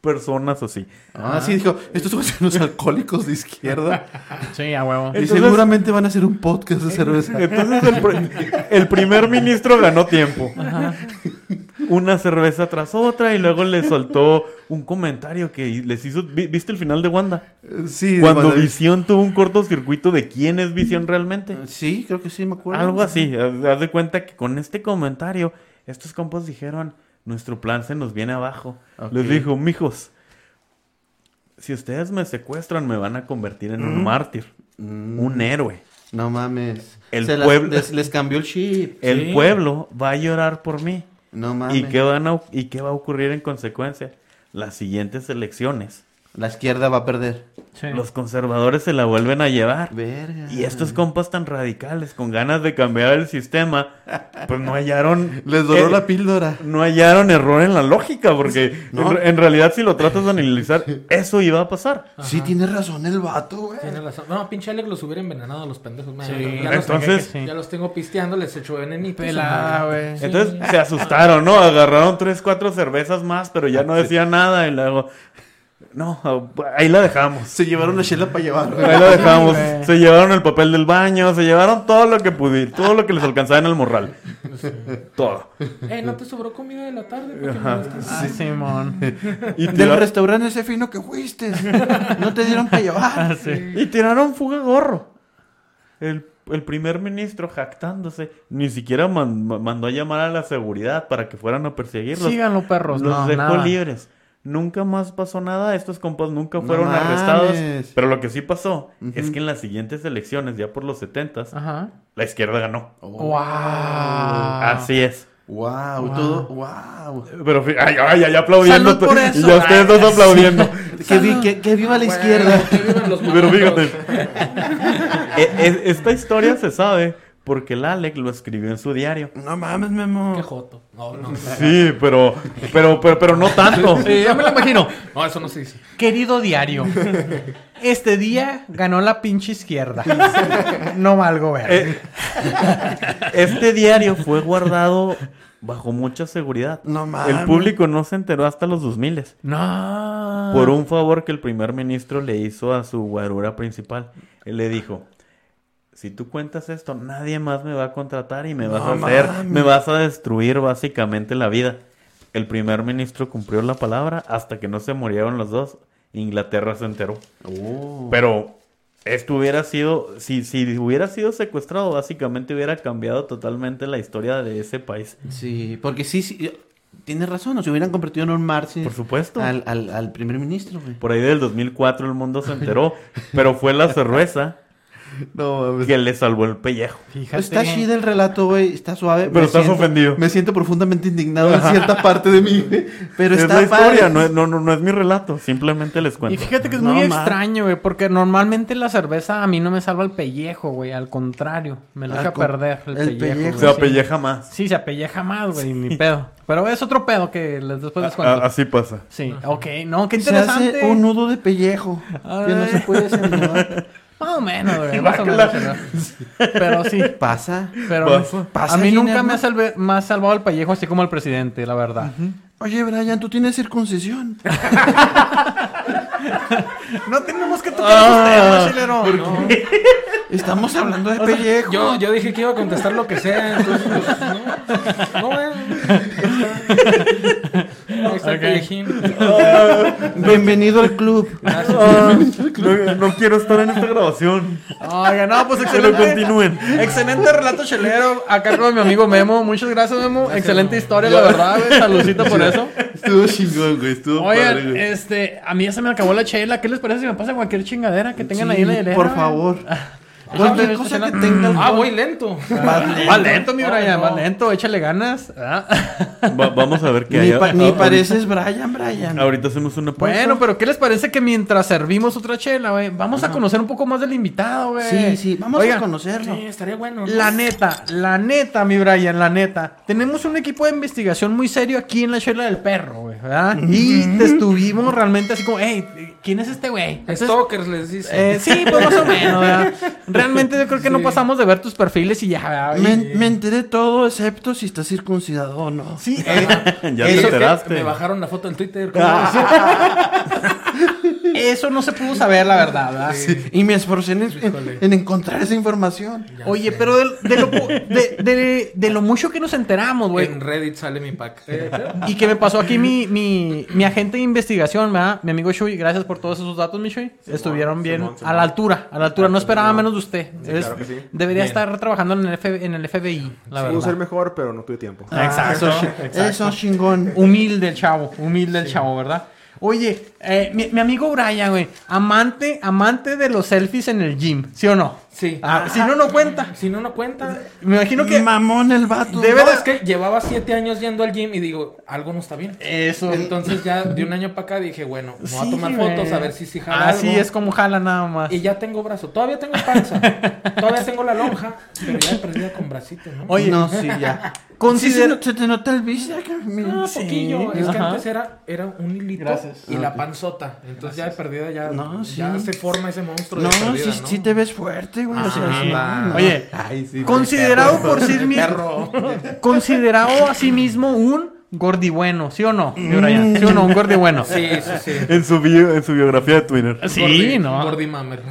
personas así. Ah, sí, dijo, estos son los alcohólicos de izquierda. Sí, a huevo. y Entonces- eh, seguramente van a hacer un podcast de cerveza. Entonces el, pr- el primer ministro ganó tiempo. Una cerveza tras otra y luego le soltó un comentario que les hizo... vi- ¿Viste el final de Wanda? Sí, de Cuando Guadalupe. Visión tuvo un cortocircuito de quién es Visión realmente. Sí, creo que sí, me acuerdo. Algo así. Haz haz de cuenta que con este comentario, estos compas dijeron: Nuestro plan se nos viene abajo. Ok. Les dijo, mijos, si ustedes me secuestran, me van a convertir en un mártir, Mm. un héroe. No mames. El Se las- pueblo- les, les cambió el chip. El Sí. pueblo va a llorar por mí. No mames. ¿Y qué, van a- ¿Y qué va a ocurrir en consecuencia? Las siguientes elecciones. La izquierda va a perder. Sí. Los conservadores se la vuelven a llevar. Verga. Y estos compas tan radicales, con ganas de cambiar el sistema, pues no hallaron. Les doró eh, la píldora. no hallaron error en la lógica, porque en, en realidad si lo tratas de analizar, eso iba a pasar. Sí, tiene razón el vato, güey. Tiene razón. No, pinche Alec los hubiera envenenado a los pendejos. man. Sí. ya, los, Entonces- Sí. ya los tengo pisteando, les echo venenito. Pelada, güey. Sí. Entonces se asustaron, ¿no? Agarraron tres, cuatro cervezas más, pero ya no decía nada y luego... No, ahí la dejamos. Se llevaron la chela para llevar. güey. Ahí la dejamos. Ay, güey. Se llevaron el papel del baño, se llevaron todo lo que pudieron, todo lo que les alcanzaba en el morral. Todo. Eh, ¿no te sobró comida de la tarde? ¿Por qué Ajá. no gastas? Ah, Simón. Y, Del tira- restaurante ese fino que fuiste. No te dieron para llevar. y tiraron fuga gorro. El, el primer ministro jactándose, ni siquiera man- ma- mandó a llamar a la seguridad para que fueran a perseguirlos. Síganlo, perros. Los no, dejó nada. libres. Nunca más pasó nada. Estos compas nunca No fueron mames. arrestados. Pero lo que sí pasó es que en las siguientes elecciones, ya por los 70 Ajá. la izquierda ganó. Wow. Ah. Así es. Wow, todo. Wow. Pero, fi- ay, ay, ay, aplaudiendo. Salud por to- eso. Y ya ustedes Ay, dos aplaudiendo. Que, vi- que- que viva la Ah, Bueno, izquierda. que vivan los Pero fíjate. mamotos. e- e- esta historia se sabe porque el Alec lo escribió en su diario. No mames, Qué Memo. joto. No, no. Sí, pero, pero, pero, pero no tanto. Sí, ya me lo imagino. No, eso no se dice. Querido diario, este día ganó la pinche izquierda. No valgo ver. Eh, este diario fue guardado bajo mucha seguridad. No mames. El público no se enteró hasta los 2000 Ah. no. por un favor que el primer ministro le hizo a su guarura principal. Él le dijo, si tú cuentas esto, nadie más me va a contratar y me vas a No hacer, mames. me vas a destruir básicamente la vida. El primer ministro cumplió la palabra hasta que no se murieron los dos. Inglaterra se enteró. Pero esto hubiera sido, si, si hubiera sido secuestrado, básicamente hubiera cambiado totalmente la historia de ese país. Sí, porque sí, sí. Tienes razón, nos hubieran convertido en un mártir. Por supuesto. Al, al, al primer ministro, güey. Por ahí del 2004 el mundo se enteró, pero fue la cerveza No mames. que le salvó el pellejo. Fíjate. Está chido el relato, güey. Está suave. Pero Me estás siento- ofendido. Me siento profundamente indignado en cierta parte de mí, güey. Pero es está la historia, padre. no es, no, no, no es mi relato, simplemente les Y cuento. fíjate que es No, muy ma. extraño, güey, porque normalmente la cerveza a mí no me salva el pellejo, güey. Al contrario, me lo Al echa a con- perder el, el pellejo. pellejo. güey, Se sí. apelleja más. Sí, se apelleja más, güey, ni pedo. Pero es otro pedo que les- después les A- cuento. así pasa. Sí, ok, no, qué Se interesante. hace un nudo de pellejo. Ay. Que no se puede desenredar. Más o menos, güey. más o menos, ¿verdad? Pero sí. Pasa. Pero Pasa. a Pasa, mí Giner, nunca me ¿no? ha, salve- me ha salvado el pellejo así como el presidente, la verdad. Oye, Brian, tú tienes circuncisión. No tenemos que Ah, Estamos hablando de pellejo. Yo, yo dije que iba a contestar lo que sea, entonces pues, no. No, bueno. Ahí está el Ok. pellejín. Bienvenido al club. ah, no, no quiero estar en esta grabación. Oiga, no, pues Pero excelente. continúen. Excelente relato chelero. Acá con mi amigo Memo. Muchas gracias, Memo. excelente historia, la verdad, güey. Saludcito por eso. Estuvo chingón, güey. Estuvo padre, Oigan, güey. este, a mí ya se me acabó la chela. ¿Qué les parece si me pasa cualquier chingadera que tengan ahí en la Sí, hilera? Por favor. pero Cualquier cosa esta que tengas. Ah, güey. voy lento. Más lento, mi Ay, Brian, no. más lento, échale ganas. Ah. Va- vamos a ver qué hay. Ni, pa- ni Ahorita- pareces Brian, Brian. Ahorita hacemos una pausa. Bueno, pero ¿qué les parece que mientras servimos otra chela, güey? Vamos a conocer un poco más del invitado, güey. Sí, sí, vamos Eh, Oigan, a conocerlo. Ah, Sí, estaría bueno. ¿no? La neta, la neta, mi Brian, la neta. Tenemos un equipo de investigación muy serio aquí en la chela del perro, güey, ¿verdad? Y te estuvimos realmente así como, hey, ¿quién es este güey? Entonces, Stalkers les dice. eh, sí, pues más o menos, ¿verdad? Realmente yo creo que no Sí. pasamos de ver tus perfiles y ya, ¿verdad? Y- Me, me enteré todo, excepto si está circuncidado o no. Sí, ya te Eso que enteraste. Me bajaron la foto en Twitter. ¿cómo Ah. eso no se pudo saber, la verdad, ¿verdad? Y me esforcé en, en- en encontrar esa información. ves? Ya Oye, sé. pero de, de lo, po- de- de- de lo mucho que nos enteramos, güey. En Reddit sale mi pack. Y que me pasó aquí mi, mi, mi agente de investigación, ¿verdad? mi amigo Shui. Gracias por todos esos datos, mi Shui. Estuvieron bien Simón, Simón. a la altura, a la altura. No esperaba menos de usted. Es- claro que sí. Debería Bien. estar trabajando en el, F- en el FBI, la Pudo ser verdad. mejor, pero no tuve tiempo. Exacto. Eso es chingón. Humilde el chavo, humilde el chavo, ¿verdad? Oye, eh, mi, mi amigo Brian, güey, amante, amante de los selfies en el gym, ¿sí o no? Sí. Ah, si no, no cuenta. Si no, no cuenta. Me imagino que... Mamón el vato. Debe- No, de- es que llevaba siete años yendo al gym y digo, algo no está bien. Eso. Entonces ya de un año para acá dije, bueno, me voy Sí, a tomar güey. fotos a ver si sí jala Así algo. es como jala nada más. Y ya tengo brazo. Todavía tengo panza. todavía tengo la lonja. Pero ya he perdido con bracito, ¿no? Oye. No, sí, ya. Considera- Sí, se, no- se te nota el bici acá, mira. No, poquillo. Es que Ajá. antes era, era un hilito Gracias. y la panzota. Entonces ya de perdida ya, No, sí. ya se forma ese monstruo No, de perdida, sí, ¿no? sí te ves fuerte, güey. o sea, sí, no. Oye, Ay, sí, considerado por sí mismo, Perro. considerado a sí mismo un gordibueno, ¿sí o no? mi Brian? ¿Sí o no? Un gordibueno. Sí, sí, sí. En su, bio- en su biografía de Twitter. Sí, Gordi- ¿no? Gordimamer.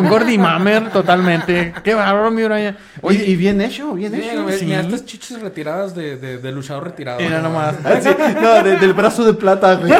Un gordimamer totalmente. Qué bárbaro, mi Brian. Oye, y bien hecho, bien Mira, hecho. güey, sí. mira, estas chichis retiradas de, de, de luchador retirado. Mira ¿no? nomás. Ah, sí, no, de- del brazo de plata, güey.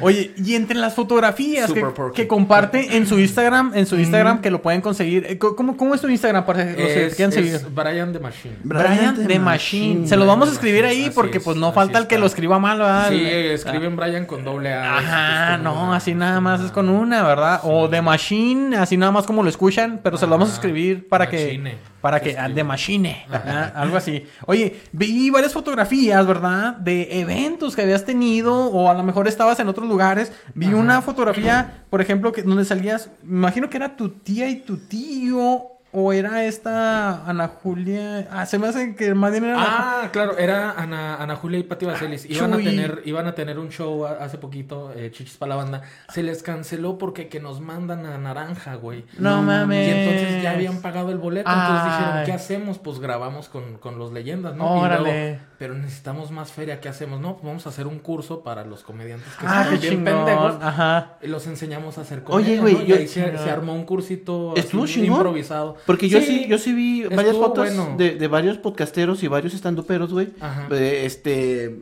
Oye, y entre las fotografías que, Super porky. que comparte en su Instagram, en su Instagram que lo pueden conseguir. eh, co- ¿Cómo, cómo es tu Instagram para los que Es, te quieran seguir? es Brian the Machine. Brian de Machine. Se lo vamos a escribir ahí Así porque es, pues no así falta el que está. lo escriba mal, ¿verdad? Sí, El- escriben Brian con doble A. este, Ajá, es con no, una- así nada más es con una, ¿verdad? O The Machine, así nada más como lo escuchan, pero se lo vamos a Ajá, escribir para que... Machine. Para Se que... ah, escribe. The Machine, ajá, algo así. Oye, vi varias fotografías, ¿verdad? De eventos que habías tenido o a lo mejor estabas en otros lugares. Vi una fotografía, por ejemplo, que donde salías, me imagino que era tu tía y tu tío. O era esta Ana Julia. Ah, se me hace que más bien era. Ana Ju- Ah, claro, era Ana, Ana Julia y Pati Ah, Vaselis. Iban a, Chuy. tener, iban a tener un show a- hace poquito, eh, Chichis para la banda. Se les canceló porque que nos mandan a Naranja, güey. no mames. Y entonces ya habían pagado el boleto. Ay. Entonces dijeron, ¿qué hacemos? Pues grabamos con, con los leyendas, ¿no? Y Órale. luego, pero necesitamos más feria, ¿qué hacemos? No, pues vamos a hacer un curso para los comediantes que Ah, son qué bien chingón. pendejos. Ajá. Y los enseñamos a hacer Oye, comedia, güey, ¿no? Y yo- ahí se, chingada. se armó un cursito así, Estuvo chingón. improvisado. Porque yo sí, yo sí vi varias estuvo fotos bueno. de, de varios podcasteros y varios estanduperos, güey. Ajá. eh, Este,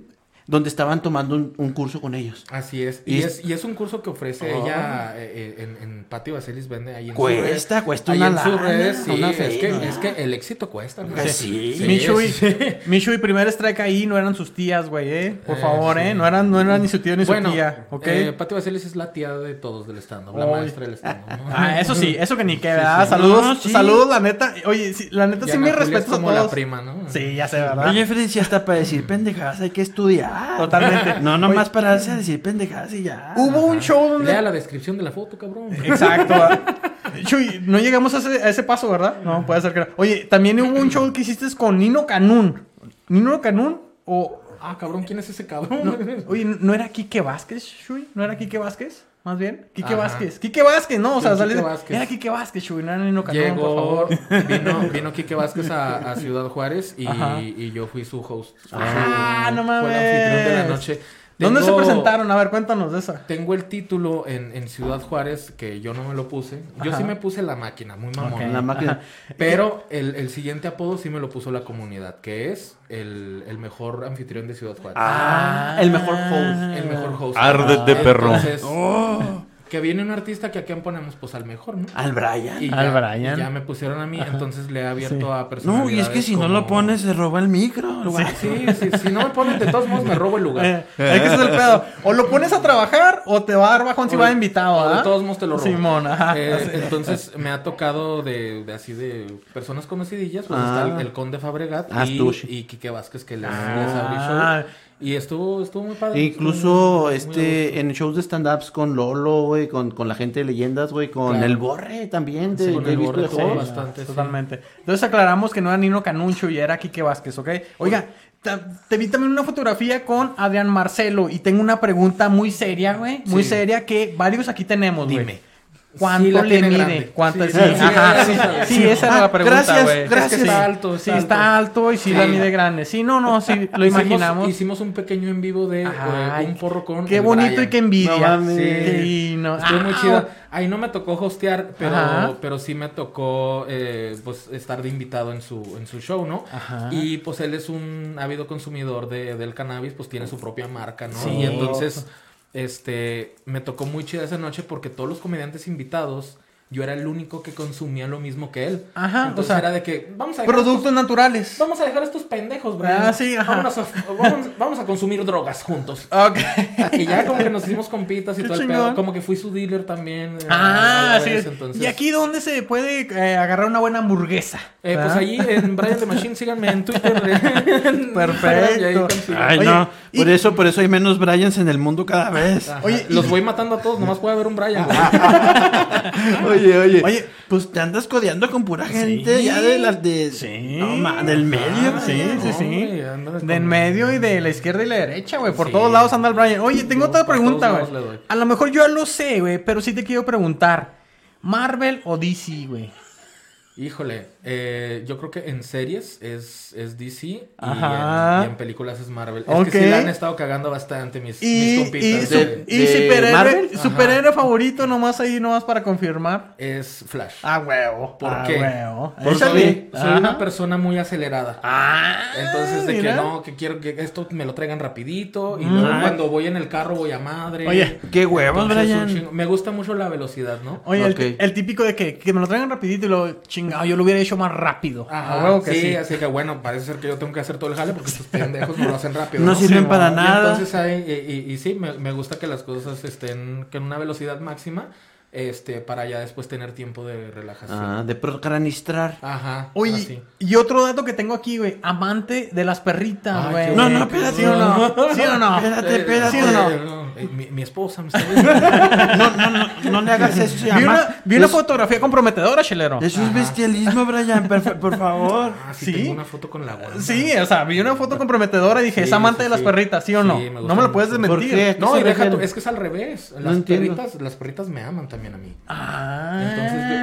donde estaban tomando un, un curso con ellos. Así es. Y, Y- es, y es un curso que ofrece Oh. ella eh, eh, en, en Patio Vaselis vende ahí en sus redes. Cuesta, cuesta Ahí una en sus lana, redes, sí, una es, feria. que, es que el éxito cuesta. ¿no? Que Pues sí. Sí, Michu y, sí. Michu y primer strike ahí no eran sus tías, güey, eh. Por Eh, favor, sí. eh. No eran, no eran ni su tío ni su bueno, tía, ¿ok? eh, Pati Vaselis es la tía de todos del stand-up, la Oy. maestra del stand-up. ¿no? Ah, eso sí, eso que ni queda. Saludos, No, sí. saludos, la neta. Oye, sí, la neta Y sí Ana me Julia es respeto a como la todos. prima, ¿no? Sí, ya sé, ¿verdad? Oye, Freddy, si hasta para decir pendejadas hay que estudiar. Totalmente. Uh, No, nomás para decir pendejadas y ya. Hubo un show donde. Lea la descripción de la foto, cabrón. Exacto. Chuy, no llegamos a ese, a ese paso, ¿verdad? No, puede ser que no. Oye, también hubo un show que hiciste con Nino Canún. ¿Nino Canún? O. Ah, cabrón, ¿quién es ese cabrón? No, oye, ¿no era Quique Vázquez, Shui? ¿No era Quique Vázquez? Más bien, Quique Ajá. Vázquez. Quique Vázquez, no, o sea, Sí, salí- Quique Vázquez. era Quique Vázquez, Shui, no era Nino Canón, por Llegó, favor. vino, vino Quique Vázquez a, a Ciudad Juárez y, Ajá. y yo fui su host. Fui Ah, su- no Fue el anfitrión de mames. la noche. ¿Dónde se Tengo- presentaron? A ver, cuéntanos de esa. Tengo el título en, en Ciudad Juárez que yo no me lo puse. Yo Ajá. sí me puse la máquina, muy mamón. La máquina. Pero el, el siguiente apodo sí me lo puso la comunidad, que es el, el mejor anfitrión Ah. de Ciudad Juárez. Ah, el mejor host. El mejor host. Árdete, perro. Entonces, que viene un artista que a quién ponemos, pues al mejor, ¿no? Al Brian. Y Al ya, Brian. y ya me pusieron a mí, entonces le he abierto Sí. a personas. No, y es que si no lo pones, se roba el micro. el guapo. Sí, sí, si no me ponen, de todos modos me robo el lugar. Eh, es que ese es el pedo. O lo pones a trabajar o te va a dar bajón si O va de- de invitado, o de ¿verdad? todos modos te lo robo. ¿ah? Simón, ajá. Eh, Así. entonces me ha tocado de, de así de personas conocidillas, pues Ah. está el, el Conde Fabregat Ah, y, estuvo chi- y Quique Vázquez que les, les abrí Ah, show. Y estuvo, estuvo muy E padre. Incluso estuvo muy- muy a gusto. este en shows de stand-ups con Lolo, güey, con, con la gente de leyendas, güey, con Claro. el Borre también, de, Sí, con de el Visto Borre, de sí. Joven. sí, bastante, sí. Totalmente. Entonces aclaramos que no era Nino Canuncho y era Quique Vázquez, ¿ok? Oiga, ta- te vi también una fotografía con Adrián Marcelo y tengo una pregunta muy seria, güey. Muy Sí. seria que varios aquí tenemos, güey. Dime. Sí, ¿Cuánto la le tiene mide? grande. ¿Cuánto Sí, sí, sí, ajá, sí, sí, sí, sí, sí. esa era Ah, la pregunta, gracias, güey. Es que gracias. sí. Está alto, está sí, está alto y sí, Sí. la mide grande. Sí, no, no, sí, lo Hicimos- imaginamos. Hicimos, un pequeño en vivo de Ay, eh, un porro con. Qué el bonito Brian. y qué envidia. No mames. Sí, no. Estuvo muy Ah, chido. Ahí no me tocó hostear, Ajá. pero, pero sí me tocó eh, pues, estar de invitado en su, en su show, ¿no? Ajá. Y pues él es un ávido consumidor de, del cannabis, pues tiene su propia marca, ¿no? Sí. Y entonces, este, me tocó muy chida esa noche porque todos los comediantes invitados, yo era el único que consumía lo mismo que él. Ajá, Entonces o sea, era de que, vamos a dejar Productos naturales. Vamos a dejar a estos pendejos, Brian. Ah, sí, ajá. Vámonos a- vamos, vamos a consumir drogas juntos. Ok. Y ya como que nos hicimos compitas y Qué todo el chingón. pedo. Como que fui su dealer también. eh, Ah, alguna sí. vez, entonces- ¿Y aquí dónde se puede eh, agarrar una buena hamburguesa? Eh, ¿verdad? pues allí en Brian the Machine, síganme en Twitter. en Instagram, y ahí Perfecto. consigo. Ay, Oye, no. y- Por eso, por eso hay menos Bryans en el mundo cada vez. Ajá, Oye, Ah, y- Ah, los voy matando a todos, nomás puede haber un Brian. güey. Oye, oye. Oye, pues te andas codeando con pura gente ya de las de. Sí. No, ma, del medio, Ah, sí, Brian. sí, no, sí. güey, anda De con- en medio y de la izquierda y la derecha, güey. Por Sí. todos lados anda el Brian. Oye, tengo Yo otra por pregunta, todos güey. lados le doy. A lo mejor yo ya lo sé, güey, pero sí te quiero preguntar. ¿Marvel o DC, güey? Híjole, eh, yo creo que en series es, es DC y Ajá. en, y en películas es Marvel. Es Ok. que sí la han estado cagando bastante mis, mis Y, y, compitas. su- güey. y de Marvel? superhéroe, Ajá. superhéroe favorito, nomás ahí, nomás para confirmar. Es Flash. Ah, huevo. ¿Por ah, qué? Huevo. Porque Échale. soy, soy una Ajá. persona muy acelerada. Ah, Entonces, de mira. que no, que quiero que esto me lo traigan rapidito. Y Ajá. luego cuando voy en el carro voy a madre. Oye, Qué huevos, Entonces, un Brian. chingo- Me gusta mucho la velocidad, ¿no? Oye, el- el, Ok. típico de que, que me lo traigan rapidito y lo chingado, yo lo hubiera hecho más rápido. Ajá, a huevo que sí, sí. así Ah, que bueno, parece ser que yo tengo que hacer todo el jale porque estos pendejos no lo hacen rápido. No sirven Sí, para y nada. Entonces, hay- y, y- y sí, me, me gusta que las cosas estén con una velocidad máxima este, para ya después tener tiempo de relajación. Ah, de procrastrar. Ajá. Oye, así. y otro dato que tengo aquí, güey, amante de las perritas, Ay, güey. qué No, no, espérate. ¿Sí o no? ¿Sí o no? Espérate, espérate. ¿Sí o no? Eh, Mi, mi esposa me está viendo. No, no, no, no le hagas eso. se Vi llama- una, vi una fotografía comprometedora, chelero. Eso es bestialismo, Brian, por, por favor. Ah, sí, ¿Sí? tengo una foto con la guarda. Sí, o sea, vi una foto comprometedora y dije, Sí, es amante sí, de las sí. perritas, ¿sí o Sí, no? me gusta no me lo puedes mucho. desmentir. ¿Por qué? No, se y deja refiere? tú, es que es al revés. Las entiendo. perritas, las perritas me aman también a mí. Ah. Entonces, yo-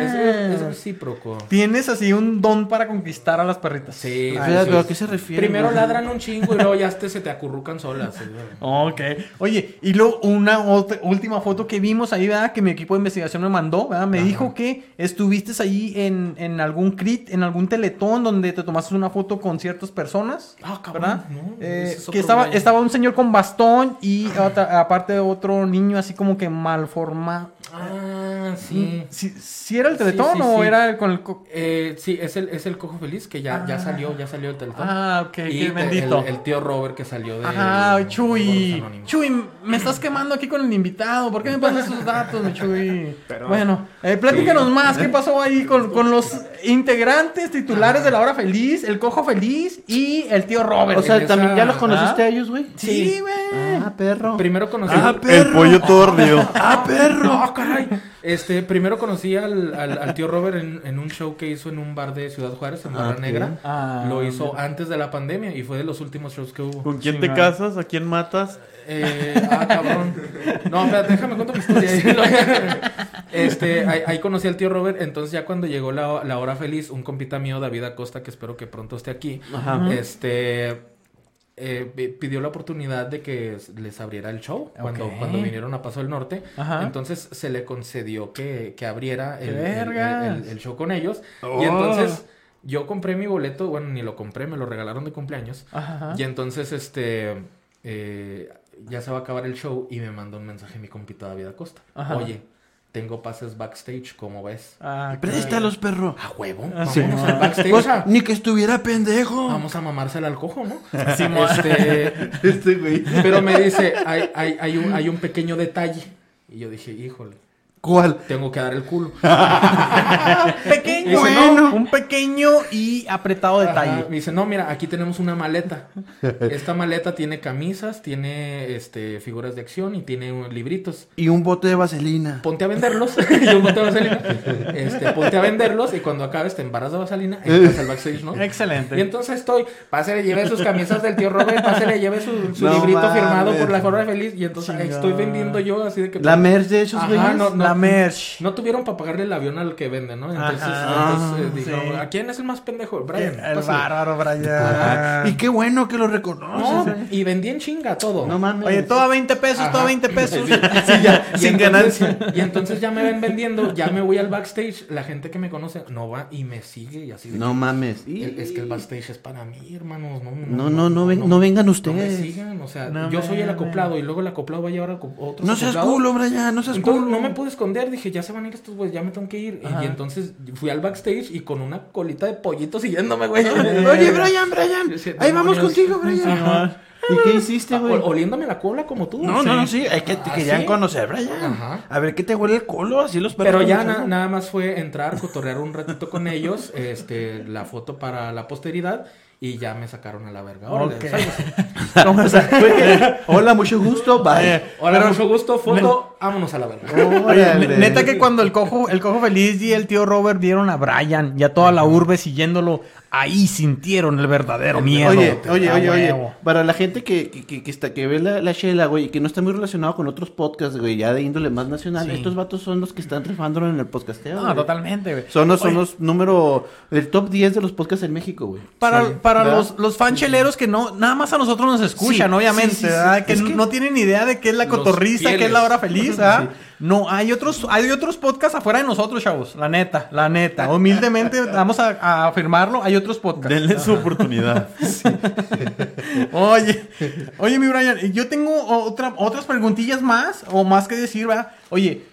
es, es recíproco. Tienes así un don para conquistar a las perritas. Sí, Ah, sí, Espera, sí. ¿pero a qué se refiere? Primero güey? ladran un chingo y luego ya este se te acurrucan solas. sí, güey. Ok. Oye, y luego una ot- última foto que vimos ahí, ¿verdad? Que mi equipo de investigación me mandó, ¿verdad? Me Ajá. dijo que estuviste ahí en, en algún crit, en algún teletón donde te tomaste una foto con ciertas personas. Ah, cabrón, ¿Verdad? no, Eh, ese es otro que estaba, Brian. estaba un señor con bastón y otra- aparte otro niño así como que malformado. Ah, sí. ¿Si, si era el teletón Sí, sí, o sí. era el con el... co- Eh, sí, es el, es el cojo feliz que ya, Ah. ya salió, ya salió el teletón. Ah, ok, Y qué el- bendito. El, el tío Robert que salió de. Ajá, Chuy. Alcohólicos Anónimos. Chuy, me estás quemando aquí con el invitado. ¿Por qué me pasas esos datos, mi Chuy? Bueno, eh, platícanos más. ¿Qué pasó ahí con, con los integrantes titulares de La Hora Feliz, el Cojo Feliz y el tío Robert? O sea, en esa- también ya los conociste ¿Ah? a ellos, güey. sí, güey. Ah, perro. Primero conocí. Ah, El perro. pollo tordio. Ah, perro. Ah, caray. Este, primero conocí al, al- al tío Robert en, en un show que hizo en un bar de Ciudad Juárez, en Barra Negra. Ah, Lo hizo antes de la pandemia y fue de los últimos shows que hubo. ¿Con quién Sí, te va. casas? ¿A quién matas? Eh, ah, cabrón. No, espérate, déjame contar mi historia. este, ahí, ahí conocí al tío Robert. Entonces, ya cuando llegó la, la hora feliz, un compita mío, David Acosta, que espero que pronto esté aquí, Ajá. este eh, pi- pidió la oportunidad de que s- les abriera el show cuando, Ok. cuando vinieron a Paso del Norte. Ajá. Entonces se le concedió que, que abriera el, ¡Qué el- el- vergas! el- el show con ellos. Oh. Y entonces yo compré mi boleto, bueno, ni lo compré, me lo regalaron de cumpleaños. Ajá. Y entonces, este, eh, ya se va a acabar el show y me mandó un mensaje mi compita David Acosta. Ajá. Oye, Tengo pases backstage, como ves. Ah, Préstalos, perro. A huevo. Vamos sí. al backstage. Pues, a- ni que estuviera pendejo. Vamos a mamársela al cojo, ¿no? Este, Pero me dice, hay, hay, hay, un, hay un pequeño detalle. Y yo dije, híjole, ¿Cuál? tengo que dar el culo. Ah, pequeño, Ese bueno. un pequeño y apretado Ajá, detalle. Me dice, no, mira, aquí tenemos una maleta. Esta maleta tiene camisas, tiene este, figuras de acción y tiene uh, libritos. Y un bote de vaselina. Ponte a venderlos. y un bote de vaselina. Este, ponte a venderlos y cuando acabes te embarras de vaselina y entras al backstage, ¿no? Y Excelente. entonces estoy, pásale, lleve sus camisas del tío Robert, pásale, lleve su, su No librito firmado mames. por la Jorra Feliz. Y entonces ahí estoy Chingada. vendiendo yo así de que... La merch de esos Ajá, güeyes. no, no. La merch. No tuvieron para pagarle el avión al que vende, ¿no? Entonces, Ajá. entonces, eh, Sí. dijeron, ¿a quién es el más pendejo? Brian. El pásale". bárbaro, Y Brian. qué bueno que lo reconoce. No, y vendí en chinga todo. No mames. Oye, todo a 20 pesos, Ajá. todo a 20 pesos. Sí, ya. Y Sin entonces- ganancia. Y entonces ya me ven vendiendo, ya me voy al backstage, la gente que me conoce no va y me sigue y así. de No mames. que, "El- es que el backstage es para mí, hermanos. No, No, no, no, ven- no vengan No me ustedes. sigan, o sea, No yo soy el mames. acoplado y luego el acoplado va a llevar a co- otro. No seas culo, Brian, no seas Entonces, culo. no me pude esconder, dije, ya se van a ir estos güeyes, ya me tengo que ir. Y- Y entonces fui al backstage y con una colita de pollito siguiéndome, güey. Ah, Oye, Brian, Brian. Yo sé, Ahí no, vamos yo contigo, sé. Brian. Ajá. ¿Y qué hiciste, Ah, güey? ol- oliéndome la cola como tú. No, no, no, sí, es que te Ah, querían ¿sí? conocer, Brian. Ajá. A ver qué te huele el culo, así los perros Pero ya conocen. na- nada más fue entrar, cotorrear un ratito con ellos, este, la foto para la posteridad y ya me sacaron a la verga. Órale, Ok. sálgase. O sea, fue- Hola, mucho gusto. Bye. Hola, mucho gusto, foto, vámonos a la verga. Oh, Oye, Órale. ne- neta que cuando el cojo, el cojo feliz y el tío Robert vieron a Brian y a toda la urbe siguiéndolo, ahí sintieron el verdadero miedo. Oye, oye, Ah, oye, oye. huevo. Para la gente que, que, que- que está, que ve la, la Shela, güey, y que no está muy relacionado con otros podcasts, güey, ya de índole más nacional, Sí. estos vatos son los que están rifándolo en el podcasteo. No, güey. totalmente, güey. Son los, son Oye. los número, el top 10 de los podcasts en México, güey. Para, para ¿verdad? los, los fancheleros que no, nada más a nosotros nos escuchan, Sí, obviamente, sí, sí, sí. ¿verdad? Que, Es n- que- no tienen idea de qué es la Los cotorriza, qué es fieles. la hora feliz, ¿ah? No, hay otros, hay otros podcasts afuera de nosotros, chavos. La neta, la neta. Humildemente vamos a, a afirmarlo, hay otros podcasts. Denle su oportunidad. Oye, oye, mi Brian, yo tengo otra, otras preguntillas más, o más que decir, ¿verdad? Oye,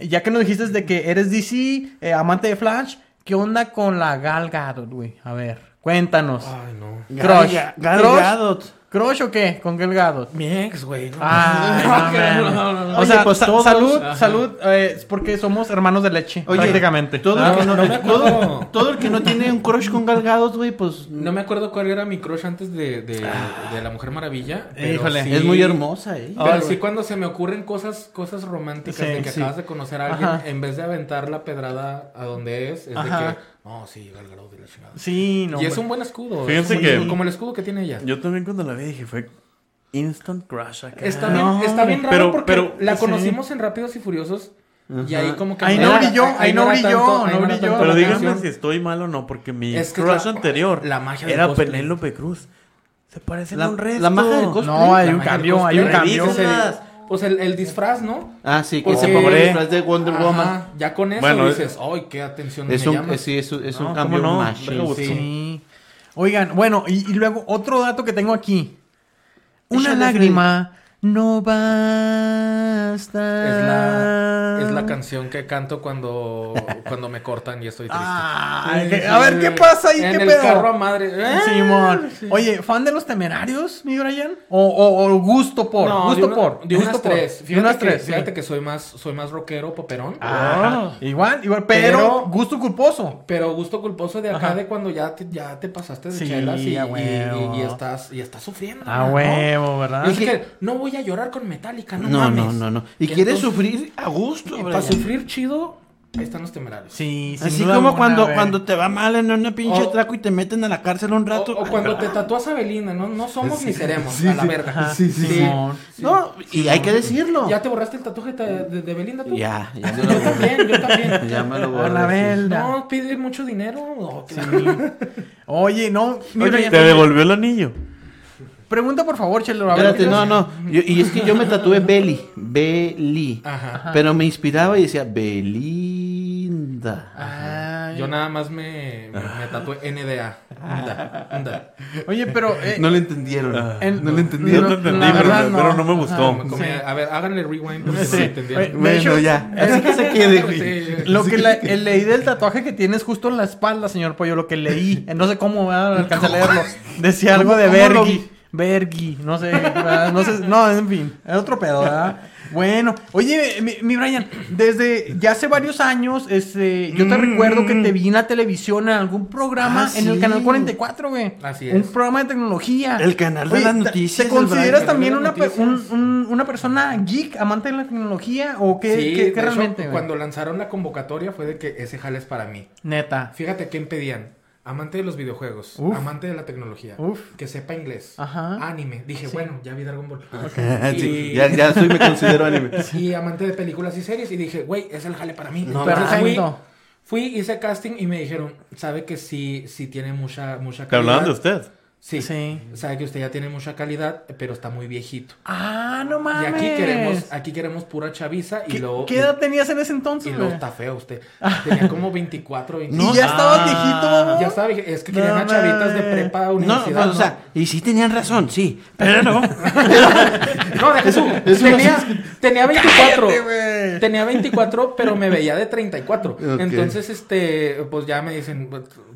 ya que nos dijiste de que eres DC, eh, amante de Flash, ¿qué onda con la Gal Gadot, güey? A ver, cuéntanos. Ay, no. Crush. Gal- Gal Crush. Gadot. ¿Crush o qué? ¿Con Gal Gadot? Mi ex, güey. no. Ah, No, no, no, no. O Oye, sea, pues sa- todos- salud, salud, eh, es porque somos hermanos de leche, Oye, prácticamente. Todo, Ah, el que no, no me acuerdo. todo- todo el que no tiene un crush con galgados, güey, pues No me acuerdo cuál era mi crush antes de, de, de la Mujer Maravilla. pero Híjole. sí- es muy hermosa, eh. Pero Ay, sí, güey. cuando se me ocurren cosas, cosas románticas Sí, de que sí. acabas de conocer a alguien, Ajá. en vez de aventar la pedrada a donde es, es Ajá. de que, no, sí, Gal Gadot y la chingada". Sí, no. y es hombre. un buen escudo. Fíjense es un buen que- escudo, como el escudo que tiene ella. Yo también cuando la vi dije fue instant crush acá. Está, No, bien, está bien raro pero- porque pero- la sí. conocimos en Rápidos y Furiosos y ahí como que... Ahí no era- brilló, ahí no era brilló, no tanto- ahí era brilló. tanto Pero la díganme canción. si estoy mal o no, porque mi Es que crush la- anterior la magia del era cosplay. Penélope Cruz. Se parecen La- un resto. la magia del cosplay. No, hay La un magia del cambio, hay un cosplay. cambio. Dice, Revísenlas. Pues el, el disfraz, ¿no? Ah, sí, que Porque- se pobre detrás de Wonder Ajá, Woman. Ya con eso Bueno, dices, ay, qué atención Es me un, llamas". es- sí, es un, es un No, cambio ¿cómo no? machín. Deja buscar. Sí. Oigan, bueno, y, y luego otro dato que tengo aquí. Una Échale, lágrima no basta. Es la, es la canción que canto cuando, cuando me cortan y estoy triste. Ay, que- a ver, ¿qué pasa ahí? En ¿Qué el pedo? carro a madre. Ah, Simón. Oye, ¿fan de los temerarios, mi Brian? ¿O, o- o gusto por? No, gusto de una- por. De gusto unas por. tres. De Fíjate, unas que, tres, sí. Ah. fíjate que soy más, soy más rockero, poperón. Ajá. Igual, igual, pero, Pero- gusto culposo. Pero gusto culposo de acá Ajá. de cuando ya te, ya te pasaste de Sí, chelas y, a y- huevo. y- y estás, y estás sufriendo. A ¿no? Ah, huevo, ¿verdad? Es que no voy a llorar con Metallica, no, No, mames. no, no, no. Y quiere Entonces, sufrir a gusto, y Para Brian. sufrir chido, ahí están los temerarios. Sí, sin Así duda como alguna, cuando, güey. cuando te va mal en una pinche O- traco y te meten a la cárcel un O, rato. o cuando te tatúas a Belinda, no, no somos ni seremos, a la verga. Ajá, Simón. No, y hay que decirlo. ¿Ya te borraste el tatuaje de, de- de Belinda tú? Ya, ya me lo Yo borré. también, yo también. Ya me lo borré, A la sí. Belda. No, pide mucho dinero. No, que- Oye, no. mi Oye, Brian, te devolvió el anillo. Pregunta por favor, Chelo. a ver, Espérate, ¿qué no, es? no. Yo- y es que yo me tatué Belly. Belly. Ajá. Pero me inspiraba y decía Belinda. Ah, Ay. Yo nada más me, me, me tatué NDA. Nda, nda. Oye, pero. eh, No le entendieron. en- No le entendí. Yo no, lo entendí, la pero, verdad, pero no me Ajá. gustó. Me comí- A ver, háganle rewind porque Sí. no entendieron. Oye, de Bueno, hecho, ya. Así que se quede, güey. Sí, Lo que la- el leí del tatuaje que tienes justo en la espalda, señor Pollo, lo que leí, eh, no sé cómo ¿verdad? alcancé a leerlo. Decía algo de ¿Cómo- cómo lo Bergi. Bergi, no sé, ¿verdad? no sé, no, en fin, es otro pedo, ¿verdad? Bueno, oye, mi, mi Brian, desde ya hace varios años, este, yo te recuerdo que te vi en la televisión en algún programa Ah, en el sí. Canal 44, güey. Así Un es. programa de tecnología. El canal de las ¿te- noticias, ¿Te el consideras Brian. también El una, canal de pe- un- noticias. un- una persona geek, amante de la tecnología o qué, Sí, qué- de qué hecho, realmente? güey? cuando lanzaron la convocatoria fue de que ese jale es para mí. Neta. Fíjate quién pedían. Amante de los videojuegos, Uf. amante de la tecnología, Uf. que sepa inglés, Ajá. anime. Dije, Sí. bueno, ya vi Dragon Ball. Y, Sí, ya, ya soy, me considero anime. y amante de películas y series. Y dije, güey, es el jale para mí. No, Entonces fui, Perfecto. fui, hice casting y me dijeron, sabe que sí, sí tiene mucha, mucha ¿Te calidad. hablaban de usted? Sí. Sí. Sabe que usted ya tiene mucha calidad, pero está muy viejito. Ah, no Y mames. aquí queremos, aquí queremos pura chaviza y ¿Qué, luego... qué y- edad tenías en ese Y entonces, luego güey? está feo usted. Tenía como 24, 25. y ya estabas Ah, viejito, mamá. Ya estaba, dije, es que No querían a chavitas de mames. prepa, No, universidad. pues, o sea, y sí tenían razón, sí. Pero no. no, no, deja tú. es una- tenía, tenía 24. Cállate, güey. tenía 24, pero me veía de 34. Ok. Entonces, este, pues ya me dicen,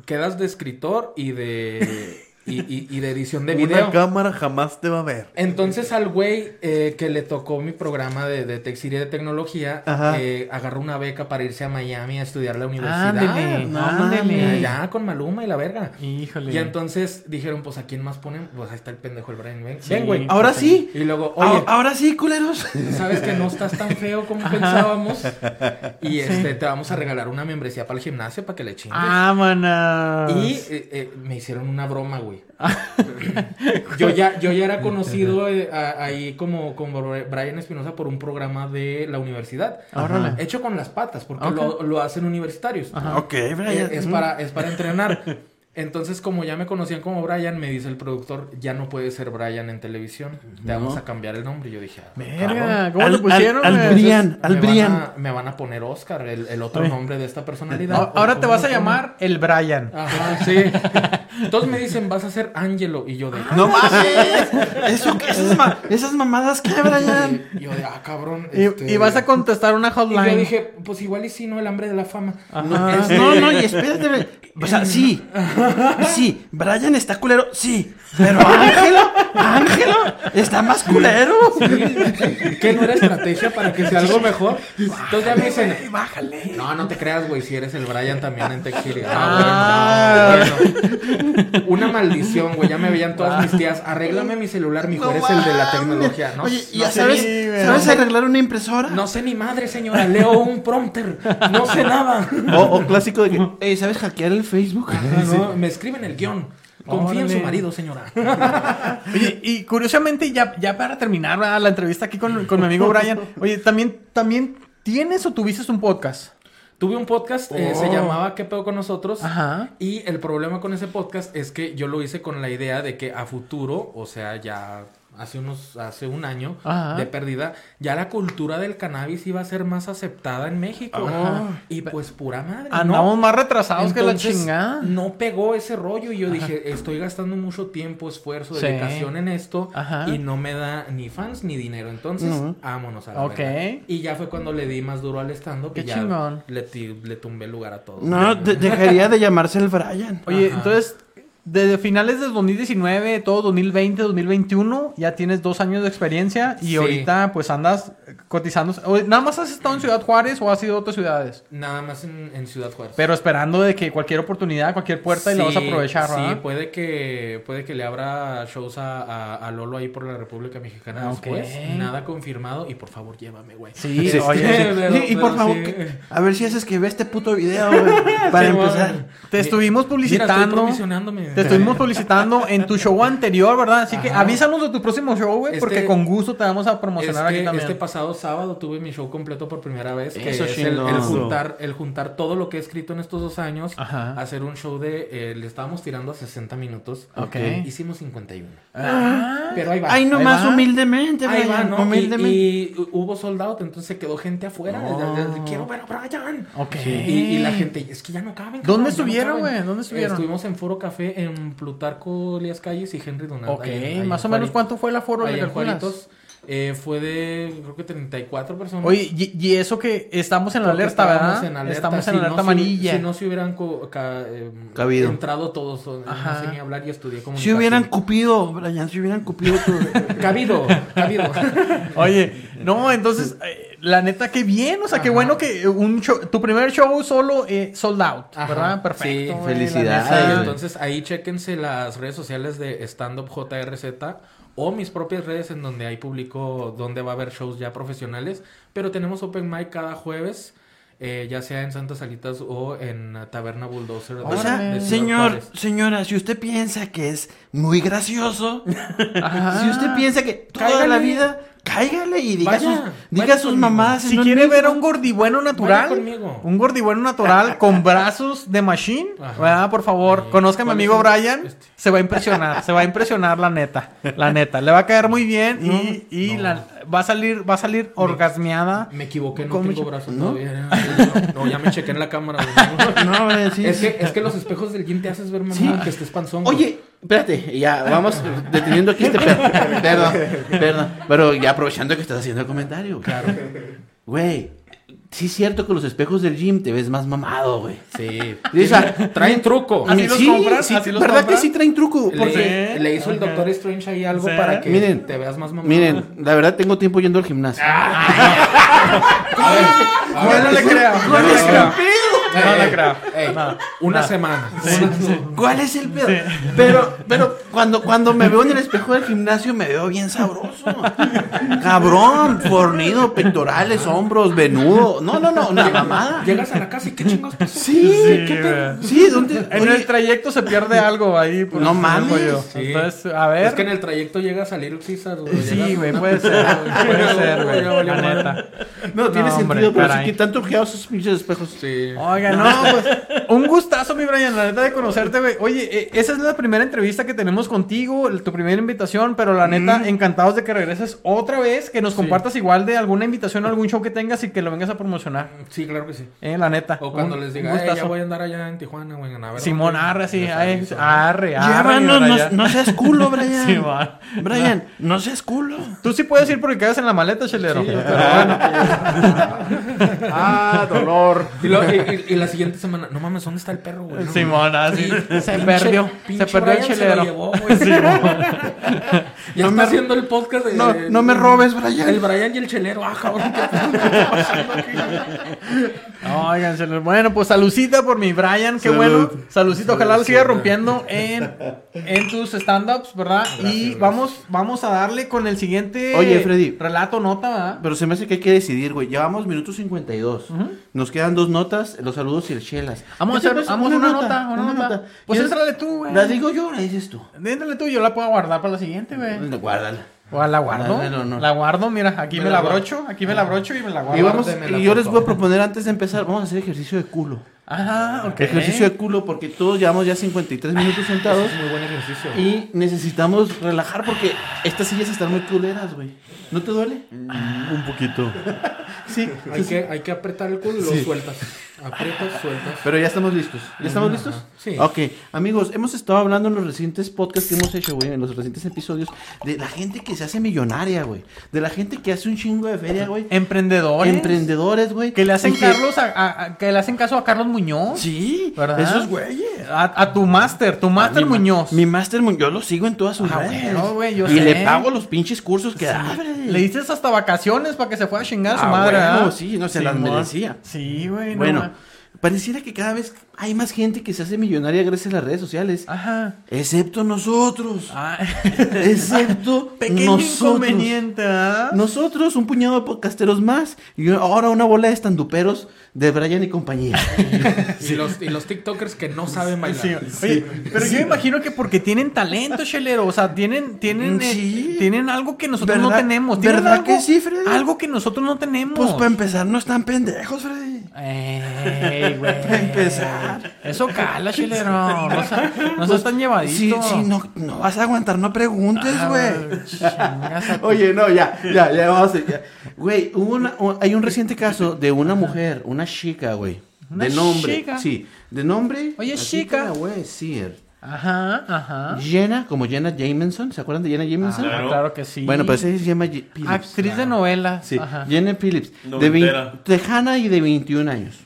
quedas de escritor y de, y, y- y de edición de video. Una cámara jamás te va a ver. Entonces al güey eh, que le tocó mi programa de, de Tech City de tecnología, Ajá. eh, agarró una beca para irse a Miami a estudiar la universidad. Ándele, no ándele. mames. Ya, con Maluma y la verga. Híjole. Y entonces dijeron, pues, ¿a quién más ponen? Pues ahí está el pendejo el Brian. Ven, Sí. ven, güey. Ahora sí. Y luego, oye, Ah, Ahora sí, culeros. sabes que no estás tan feo como pensábamos. Y este, te vamos a regalar una membresía para el gimnasio para que le chingues. Ah, maná. Y eh, eh, me hicieron una broma, güey. yo, ya, yo ya era conocido eh, a- ahí como, como Brian Espinosa por un programa de la universidad. Órale. Hecho con las patas, porque Ok. lo, lo hacen universitarios. Ok, Eh, Brian. Es, para, es para entrenar. Entonces, como ya me conocían como Brian, me dice el productor, ya no puede ser Brian en televisión. Te vamos a cambiar el nombre. Y yo dije, "Ah, cabrón, Verga, ¿cómo Al- te pusieron? al- al güey? Brian. me al van Brian. a- Me, van a poner Oscar, el, el otro Oye. nombre de esta personalidad. A- Ahora te Ah, ¿Cómo vas a lo ponen? llamar el Brian. Ajá, sí. Entonces me dicen, vas a ser Angelo. Y yo de. No mames. Eso, esas, ma- esas mamadas que, Brian. Y yo de, ah, cabrón. Y, este- y vas a contestar una Y yo hotline. dije, pues igual y sí, ¿no? El hambre de la fama. Ajá. Este- No, no, y espérate. güey. O sea, sí. Sí, Brian está culero, sí. Pero Ángelo, Ángelo, está más culero. ¿Qué no era estrategia para que sea algo mejor? Entonces ya me dicen, bájale. No, no te creas, güey, si eres el Brian también en Tech City. Ah, bueno, bueno. Una maldición, güey. Ya me veían todas mis tías. Arréglame mi celular, mijo, eres el de la tecnología, ¿no? Oye, ¿y no ya sé sabes, sí, güey. sabes arreglar una impresora? ni- No sé ni madre, señora. Leo un prompter. No sé nada. O, o clásico de que, eh, "Ey, ¿sabes hackear el Facebook? Ah, no, Me escriben el guión. Confía en su Órale. marido, señora. Oye, y curiosamente, ya, ya para terminar ¿verdad? la entrevista aquí con, con mi amigo Brian, oye, también, también tienes o tuviste un podcast. Tuve un podcast, eh, se Oh. llamaba ¿Qué pedo con nosotros? Ajá. Y el problema con ese podcast es que yo lo hice con la idea de que a futuro, o sea, ya hace unos, hace un año Ajá. de pérdida, ya la cultura del cannabis iba a ser más aceptada en México. Ajá. Ah, Y pues pura madre. ¿no? Andamos más retrasados que la Entonces, chingada. No pegó ese rollo y yo dije, estoy gastando mucho tiempo, esfuerzo, Sí. dedicación en esto Ajá. y no me da ni fans ni dinero. Entonces, vámonos a la Ok. verga. Y ya fue cuando le di más duro al estando que Qué ya chingón. le, ti- le tumbé el lugar a todos. No, de- dejaría de llamarse el Brian. Oye, Ajá. entonces, desde finales del 2019, todo 2020, 2021, ya tienes dos años de experiencia y Sí. ahorita pues andas cotizando. O- ¿Nada más has Mm. estado en Ciudad Juárez o has ido a otras ciudades? Nada más en, en Ciudad Juárez. Pero esperando de que cualquier oportunidad, cualquier puerta y la vas a Sí, aprovechar, Sí, pues, ¿verdad? puede que, puede que le abra shows a, a- a Lolo ahí por la República Mexicana Ah, ok. después. Nada confirmado. Y por favor, llévame, güey. Sí, Sí. oye. Pero- Sí, y por pero favor, sí. que- a ver si haces que ve este puto video, güey, para Sí, empezar. bueno. Te Mi- estuvimos Mira, estoy publicitando. promocionándome. Te estuvimos publicitando en tu show anterior, ¿verdad? Así que avísanos de tu próximo show, güey, Este- porque con gusto te vamos a Es promocionar que aquí también. este pasado sábado tuve mi show completo por primera vez. Que Eso es el, el chingón. juntar, el juntar todo lo que he escrito en estos dos años. Ajá. Hacer un show de... eh, le estábamos tirando a 60 minutos. Ok. Hicimos 51. Ah. Pero ahí va. Ay, Ahí nomás va. humildemente, Ahí va, Brian, ¿no? Y, humildemente. y hubo soldado, entonces se quedó gente afuera. de- de- de- Quiero ver a Brian. Ok. Y, y la gente, es que ya no caben. ¿Dónde cabrón, ya no estuvieron, caben". güey? ¿Dónde Eh, estuvieron? estuvimos en Foro Café en Plutarco Elías Calles y Henry Donald. Ok, ahí en- ahí más o en menos Juari- cuánto fue el aforo de ahí en calculas? Juaritos, eh, fue de, creo que 34 personas. Oye, y, y eso que estamos en la Porque alerta, estábamos ¿verdad? en alerta, Estamos en si no alerta se- amarilla. Si no se hubieran co- ca- eh, Cabido. entrado todos, o- Ajá. no sé ni hablar y estudié como Si hubieran cupido, Brian, si hubieran cupido tu... Cabido, cabido. Oye, no, entonces, eh, la neta, qué bien. O sea, qué Ajá. bueno que un show, tu primer show solo eh, sold out, Ajá. ¿verdad? Perfecto. güey, Sí, la felicidades, neta. Sí, güey. entonces ahí chéquense las redes sociales de Stand Up JRZ o mis propias redes en donde ahí publico donde va a haber shows ya profesionales. Pero tenemos Open Mic cada jueves, eh, ya sea en Santas Salitas o en eh, Taberna Bulldozer. de- O sea, de señor, Juárez. señora, si usted piensa que es muy gracioso, Ajá. si usted piensa que toda Cáigale. la vida, cáigale y diga, Vaya, sus, vaya diga sus conmigo. mamás. Si quiere ver a un gordibueno natural, Vaya conmigo. un gordibueno natural con brazos de machine, Ajá. ¿verdad? Por favor, Sí. conozca a mi ¿Cuál amigo es el- Brian, este? se va a impresionar, se va a impresionar la neta, la neta, le va a caer muy bien y, y la- va a salir, va a salir orgasmeada. Me equivoqué, no ¿Cómo tengo che- brazos no? todavía. No, no, ya me chequé en la cámara. güey. No, güey, sí. Es, que, es que los espejos del gym te haces ver, mamá, que estés panzón. güey. Oye, espérate, ya vamos deteniendo aquí este pedo. Perdón, perdón. Pero ya aprovechando que estás haciendo el comentario. Claro. Güey, sí es cierto que los espejos del gym te ves más mamado, güey. Sí. O sea, Traen truco. ¿Así los sí, compras? sí, ¿Así los ¿Verdad compras? que sí traen truco? Porque, Le, Sí. le hizo el Ajá. Doctor Strange ahí algo Sí. para que Miren, te veas más mamado. miren, la verdad tengo tiempo yendo al gimnasio. Ah. Ah, Yo no le creo, yo no le creo. No le creo. Ey, una semana. Una semana. ¿Cuál es el pedo? Pero, pero cuando, cuando me veo en el espejo del gimnasio me veo bien sabroso. Cabrón, fornido, pectorales, hombros, venudo. No, no, no, una mamada. Llegas a la casa y qué chingados pasó. Sí, Sí, ¿qué güey. te... sí, ¿dónde? En Oye, el trayecto se pierde algo ahí. por No ese mames. rollo. Sí. Entonces, a ver. Es que en el trayecto llega a salir César. güey. Llegas Sí, a güey, una puede ser, peda, güey, puede ser, güey, Ya valió la madre. neta. No, tiene No, hombre, sentido, pero caray. sí que tanto ojeados esos pinches espejos. Sí. Oiga, no, pues, un gustazo, mi Brian, la neta de conocerte, güey. Oye, eh, esa es la primera entrevista que tenemos contigo, el- tu primera invitación, pero la neta, encantados de que regreses otra vez, que nos compartas igual de alguna invitación o algún show que tengas y que lo vengas a promocionar. Sí, claro que sí. Eh, la neta. O cuando Un- les un diga, eh, ya gustazo. voy a andar allá en Tijuana, güey. a ver, Simón, güey. arre, sí, Les ay, aviso, arre, arre. mi Llévanos, no, Brian. no seas culo, Brian. Ah, Sí, va. Brian, no seas culo. Tú sí puedes ir porque quedas en la maleta, chelero. pero bueno. Ah, dolor. Y, lo- y- y- y la siguiente semana, no mames, ¿dónde está el perro, güey? No, Simón, así. Se pinche- perdió. pinche se perdió el Brian se lo chelero. llevó, güey. Ya está haciendo el podcast de- No, de- no me robes, Brian. El Brian y el chelero, ah, cabrón. ¿qué está pasando aquí? Oigan, se los- bueno, pues saludcita por mi Brian, qué bueno. Saludcita, ojalá lo siga rompiendo en, en tus stand-ups, ¿verdad? y vamos vamos a darle con el siguiente Oye, Freddy. relato, nota, ¿verdad? Pero se me hace que hay que decidir, güey. Llevamos minuto 52. Nos quedan dos notas, los saludos y el chelas. Vamos a ¿Qué te hacer parece? vamos a una nota, una nota. Pues ¿Quieres- éntrale tú, güey. ¿La digo yo o la dices tú? Déntale tú, yo la puedo guardar para la siguiente, güey. Guárdala. O la guardo. Ah, no, no. La guardo, mira, aquí me, Me la la guardo. brocho, aquí me la brocho y me la guardo. Y, vamos, Guárdemela, y yo por les voy a favor. proponer antes de empezar, vamos a hacer ejercicio de culo. Ah, ok. Ejercicio de culo porque todos llevamos ya 53 minutos sentados. Es muy buen ejercicio. Y necesitamos relajar porque estas sillas están muy culeras, güey. ¿No te duele? Un poquito. Sí. Hay que, hay que apretar el culo y lo sueltas. Aprietas, sueltas. Pero ya estamos listos. ¿Ya estamos listos? Sí. Ok, amigos, hemos estado hablando en los recientes podcasts que hemos hecho, güey, en los recientes episodios, de la gente que se hace millonaria, güey. De la gente que hace un chingo de feria, güey. Emprendedores. Emprendedores, güey. que le hacen Y que- Carlos a- a- a- que le hacen caso a Carlos Muñoz. Sí, ¿Verdad? esos güeyes. A, a tu máster, tu máster Mi ma- Muñoz. Mi máster Muñoz, yo lo sigo en todas sus Ah, redes. bueno, güey, yo Y sé. le pago los pinches cursos que da. Le diste hasta vacaciones para que se fuera a chingar a su Ah, madre, bueno, ¿verdad? sí, no se las Simón. merecía. Sí, güey. no Bueno, ma- Pareciera que cada vez hay más gente que se hace millonaria gracias a las redes sociales. Ajá. Excepto nosotros. Ah, Excepto pequeño nosotros. inconveniente, ¿ah? Nosotros, un puñado de podcasteros más. Y ahora una bola de estanduperos de Brian y compañía. Y, los, y los TikTokers que no saben bailar. Sí, oye, pero yo imagino que porque tienen talento, Chelero. O sea, tienen, tienen, Mm, eh, sí. tienen algo que nosotros no ¿Verdad- tenemos. Tienen verdad algo, que sí, Freddy? Algo que nosotros no tenemos. Pues para empezar, no están pendejos, Freddy. Ey, güey. Para empezar. Eso cala, Chelero. No, se- no seas tan llevadito. Si, si no, no vas a aguantar, no preguntes, Ah, güey. chingas a tu- Oye, no, ya, ya, ya, vamos a... ya. Güey, hubo una- o- hay un reciente caso de una mujer, una chica, güey. Una de nombre, chica. sí. De nombre... Oye, así chica. te la voy a decir. Ajá, ajá. Jenna, como Jenna Jameson. ¿Se acuerdan de Jenna Ah, Jameson? claro. Claro. que sí. Bueno, pero ese se llama Ye- Phillips. Actriz de novelas. Sí, Ajá. Jenna Phillips. De vein- Noventera. tejana y de 21 años.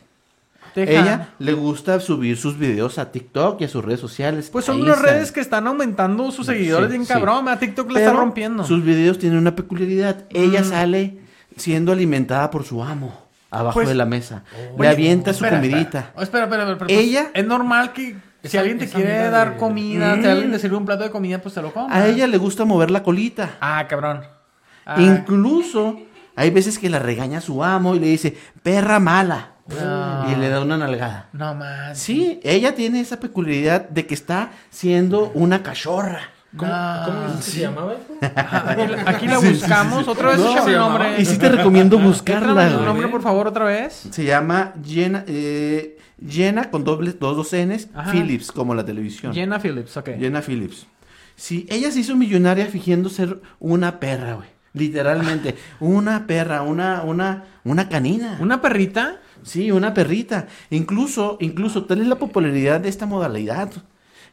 Tejana. Ella le gusta subir sus videos a TikTok y a sus redes sociales. Pues a son unas Instagram. redes que están aumentando sus seguidores Sí, bien sí. cabrón. A TikTok la Pero está rompiendo. Mm. Sus videos tienen una peculiaridad. Ella sale siendo alimentada por su amo abajo Pues- de la mesa. Le avienta su Espera, comidita. Oh, espera, espera, espera, espera, Ella- Mm. Es normal que si Esa- alguien te esa quiere amiga dar de- comida, si alguien te sirve un plato de comida, pues te lo comes. A ella le gusta mover la colita. Ah, cabrón. Ah, Incluso hay veces que la regaña su amo y le dice, perra mala. No. Y le da una nalgada. no más. Sí, ella tiene esa peculiaridad de que está siendo una cachorra. ¿Cómo, No. cómo dices que se llamaba? hijo? Ah, Aquí, la- aquí la buscamos. Otra vez No, echa se mi llamaba- nombre. Y sí te recomiendo buscarla. Cámbiame el güey. nombre, por favor, otra vez. Se llama Jenna, eh, Jenna con dobles, dos, dos N's, Ajá. Phillips, como la televisión. Jenna Jenna. Phillips, ok. Phillips. Sí, ella se hizo millonaria fingiendo ser una perra, güey. Literalmente, una perra, una, una, una canina. Una perrita. Sí, una perrita. Incluso, incluso, tal es la popularidad de esta modalidad.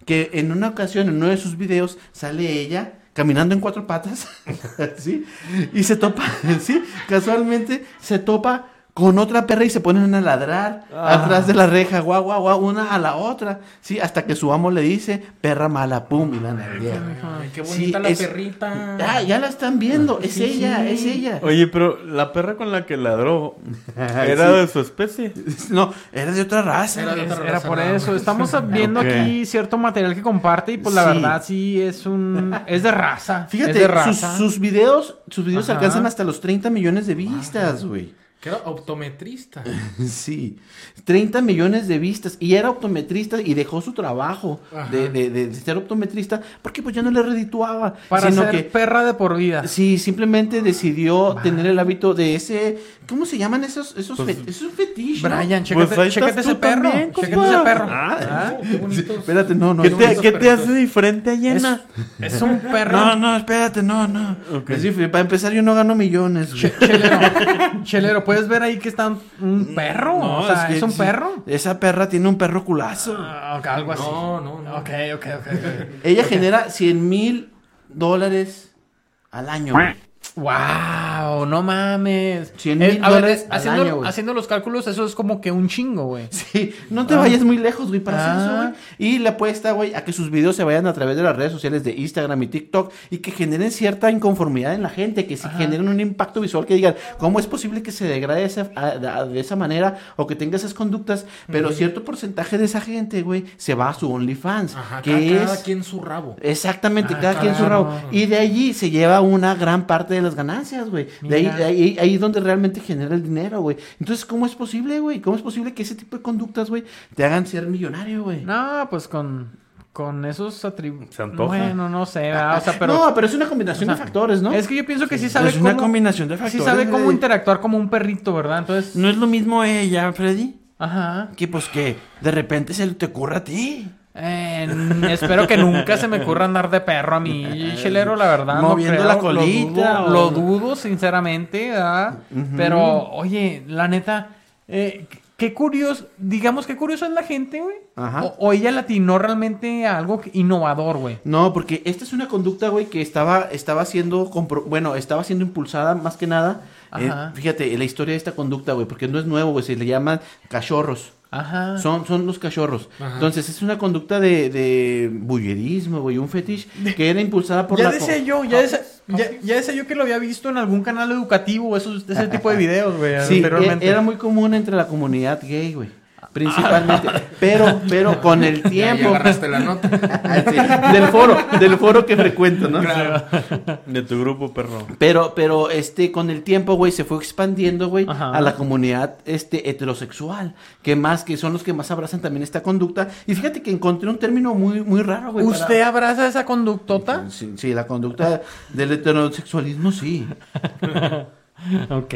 Que en una ocasión, en uno de sus videos, sale ella caminando en cuatro patas, ¿sí? Y se topa, ¿sí? Casualmente se topa con otra perra y se ponen a ladrar Ah. atrás de la reja, guau, guau, guau, una a la otra, ¿sí? Hasta que su amo le dice, perra mala, pum, y la nalguea. Ay, qué Sí, bonita la es- perrita. Ya, ya la están Ah, viendo, es ella, es ella. Oye, pero la perra con la que ladró era Sí. de su especie. No, era de otra raza. Era de otra Era raza, por nada eso. más. Estamos viendo Ok. aquí cierto material que comparte y pues la Sí. verdad sí es un... Es de raza. es Fíjate, de sus, raza. sus videos, sus videos Ajá. alcanzan hasta los 30 millones de vistas, güey. Que era optometrista. Sí. 30 millones de vistas. Y era optometrista y dejó su trabajo Ajá. de, de- de- de ser optometrista porque pues ya no le redituaba. Para sino ser que perra de por vida. sí, simplemente decidió tener el hábito de ese. ¿Cómo se llaman esos, esos, Pues, fe- esos fetiches? ¿no? Brian, Pues chécate, ahí chécate estás ese tú perro. también, chécate compa. ese perro. Ah, Oh, qué bonito. espérate, no, no. ¿Qué no, son te, esos qué te perritos. hace diferente a Es, Jenna? es un perro. No, no, espérate, no, no. Ok. Es decir, Pues para empezar, yo no gano millones. güey. Chelero, Chelero, ¿puedes ver ahí que está un- un perro? No, o sea, es, que un sí, perro. Esa perra tiene un perro culazo. Ah, ok, algo así. No, no, no. Ok, ok, ok. Ella genera 100 mil dólares al año. güey. wow, no mames. Cien Eh, mil a ver, dólares eh, al haciendo, año, güey. haciendo los cálculos, eso es como que un chingo, güey. Sí, no te vayas muy lejos, güey, para hacer eso, Ah. güey. Y la apuesta, güey, a que sus videos se vayan a través de las redes sociales de Instagram y TikTok y que generen cierta inconformidad en la gente, que si generen un impacto visual que digan, ¿cómo es posible que se degrade esa- a- a- de esa manera o que tenga esas conductas? Pero cierto porcentaje de esa gente, güey, se va a su OnlyFans, Ajá, que cada, es... cada quien su rabo. Exactamente, Ah, cada quien su claro. rabo. Y de allí se lleva una gran parte de las ganancias, güey. De ahí, Mira. de ahí, ahí es donde realmente genera el dinero, güey. Entonces, ¿cómo es posible, güey? ¿Cómo es posible que ese tipo de conductas, güey, te hagan ser millonario, güey? No, pues con, con esos atributos. Se antoja. Bueno, no sé, ¿verdad? O sea, pero. No, pero es una combinación o sea, de factores, ¿no? Es que yo pienso que sí sabe es una cómo. combinación de sí factores. sabe cómo güey. interactuar como un perrito, ¿verdad? Entonces. No es lo mismo ella, Freddy, Ajá. que pues que de repente se te ocurra a ti. Eh, n- espero que nunca se me ocurra andar de perro a mí, chelero, la verdad. no Moviendo creo, la colita Lo dudo, o- lo dudo, sinceramente, ¿verdad? Pero, oye, la neta, eh, qué curioso, digamos, qué curioso es la gente, güey. Ajá. O, o ella latinó realmente a algo que- innovador, güey. No, porque esta es una conducta, güey, que estaba, estaba siendo, compro- bueno, estaba siendo impulsada más que nada. eh, Ajá. fíjate, la historia de esta conducta, güey, porque no es nuevo, güey, se le llaman cachorros. Ajá. Son, son los cachorros. Entonces, es una conducta de, de bullerismo, güey, un fetish que era impulsada por ya la... decía yo, ya decía, ya, ya decía yo que lo había visto en algún canal educativo, esos, ese tipo de videos, güey, Sí, e- anteriormente. era muy común entre la comunidad gay, güey. principalmente. Ah. Pero, pero con Ya, el ya tiempo agarraste la nota. Ah, Sí, del foro, del foro que frecuento, ¿no? De tu grupo, perro. Pero, pero, este, con el tiempo, güey, se fue expandiendo, güey, Ajá. a la comunidad, este, heterosexual, que más, que son los que más abrazan también esta conducta. Y fíjate que encontré un término muy, muy raro, güey. para- ¿Usted abraza esa conductota? Sí, sí, la conducta del heterosexualismo, sí. Ok.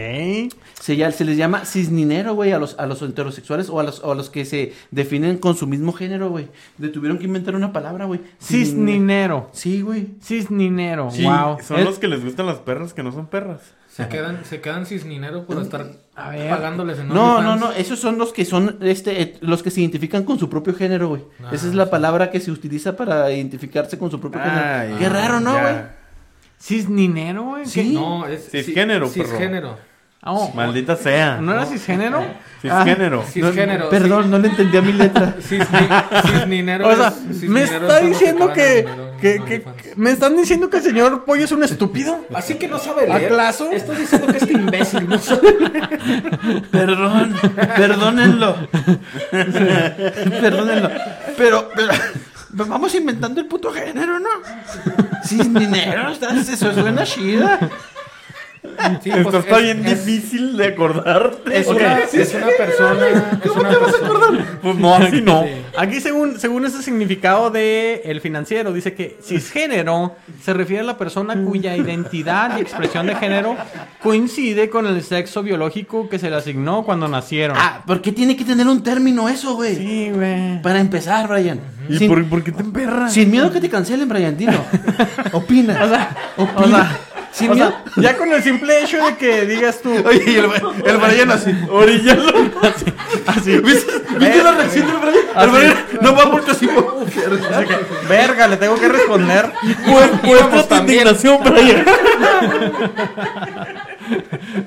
Se, ya- se les llama cisninero, güey, a los, a los heterosexuales o a los, o a los que se definen con su mismo género, güey. Le tuvieron que inventar una palabra, güey. Cisnin- Cisninero. Sí, güey. Cisninero. wow. Son Es- los que les gustan las perras que no son perras. Se quedan, se quedan cisnineros por estar A ver. pagándoles en No, no, OnlyFans. no, eh, esos son los que son este et- los que se identifican con su propio género, güey. Ah, Esa es la palabra que se utiliza para identificarse con su propio género. Qué raro, ¿no, güey? ¿Cisninero, güey? ¿Qué- Sí. No, es Cisgénero, cis- perro. Cisgénero. Ah, oh, Maldita sea. ¿No era cisgénero? Cisgénero. Cisgénero. Perdón, no le entendí a mi letra. sí. Cisni- Cisninero. O sea, es- me cisninero es está cuando diciendo pagan que, dinero en que- que- OnlyFans. que- Me están diciendo que el señor Pollo es un estúpido. Así que no sabe ¿A leer. claso? Estás diciendo que este imbécil no sabe Perdón, perdónenlo. perdónenlo. Pero, pero pues vamos inventando el puto género, ¿no? Cisninero, está- eso suena chida. Sí, Esto pues, está es- bien es- difícil de acordarte. Es Ok, una- es una persona. ¿Cómo te vas a acordar? Pues no, así no. Aquí según, según ese significado de el financiero, dice que cisgénero se refiere a la persona cuya identidad y expresión de género coincide con el sexo biológico que se le asignó cuando nacieron. Ah, ¿por qué tiene que tener un término eso, güey? sí, güey. Para empezar, Brian. ¿Y Sin- por, por qué te emperras? Sin miedo que te cancelen, Brian, dilo. Opina. O sea, opina. o sea, Sin o miedo. sea, ya con el simple hecho de que digas tú, Oye, y el, el Brian así. Orillalo. así, ¿Viste, viste la reacción del Brian? El Así. Brian no va porque así. así que, verga, le tengo que responder. Muestra tu indignación, Brian.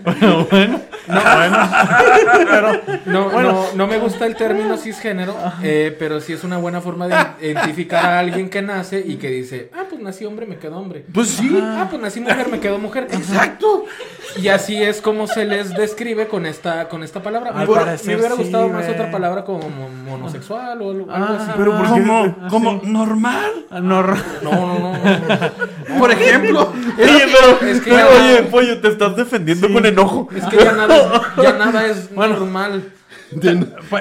Bueno, bueno. No, no, no me gusta el término cisgénero, eh, pero sí es una buena forma de identificar a alguien que nace y que dice, ah, pues nací hombre, me quedo hombre. Pues sí. Ah, pues nací mujer, me quedo mujer. Exacto. Y así es como se les describe con esta, con esta palabra. Me, Al hubiera- parecer me hubiera sí, gustado más güey. otra palabra como mo- monosexual o algo algo así. Pero Ah, por como, como normal. No, No, no, no. no. Por ejemplo, Oye, pero, es que pero, ya- oye, pollo, te estás defendiendo con enojo. Es que ya nada, es- ya nada es normal. Pues,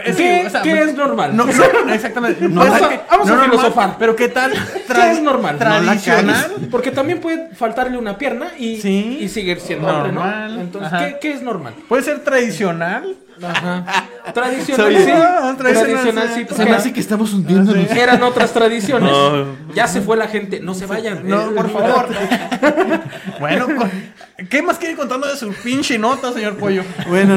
¿Qué, es que, o sea, qué pues, es normal? No, no, exactamente. No, Pues, es que- vamos a normal, filosofar. Pero qué tal ¿Qué es normal? tradicional. Porque también puede faltarle una pierna y, Sí. y seguir siendo Normal. hombre, ¿no? Entonces, Ajá. ¿qué, qué es normal? Puede ser tradicional. Ajá. Tradicional, Soy- sí. Ah, tradicional, Tradicional, sí. sí. se me hace Porque que estamos Ah, hundiéndonos. eran otras tradiciones. No. Ya se fue la gente. No se vayan. No, eh, por favor. bueno, con- ¿qué más quiere contando de su pinche nota, señor Pollo? Bueno,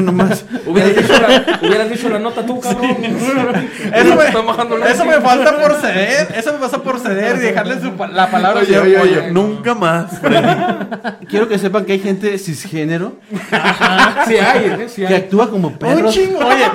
nomás. Hubieras dicho, la, hubieras dicho la nota tú, cabrón. Eso me, Están bajando la- eso me falta por ceder. Eso me pasa por ceder y dejarle su pa- la palabra al Oye, señor oye, Pollo. oye. Nunca más. Quiero que sepan que hay gente cisgénero Sí hay, ¿eh? Sí que hay. actúa como Un perros chingo, oye.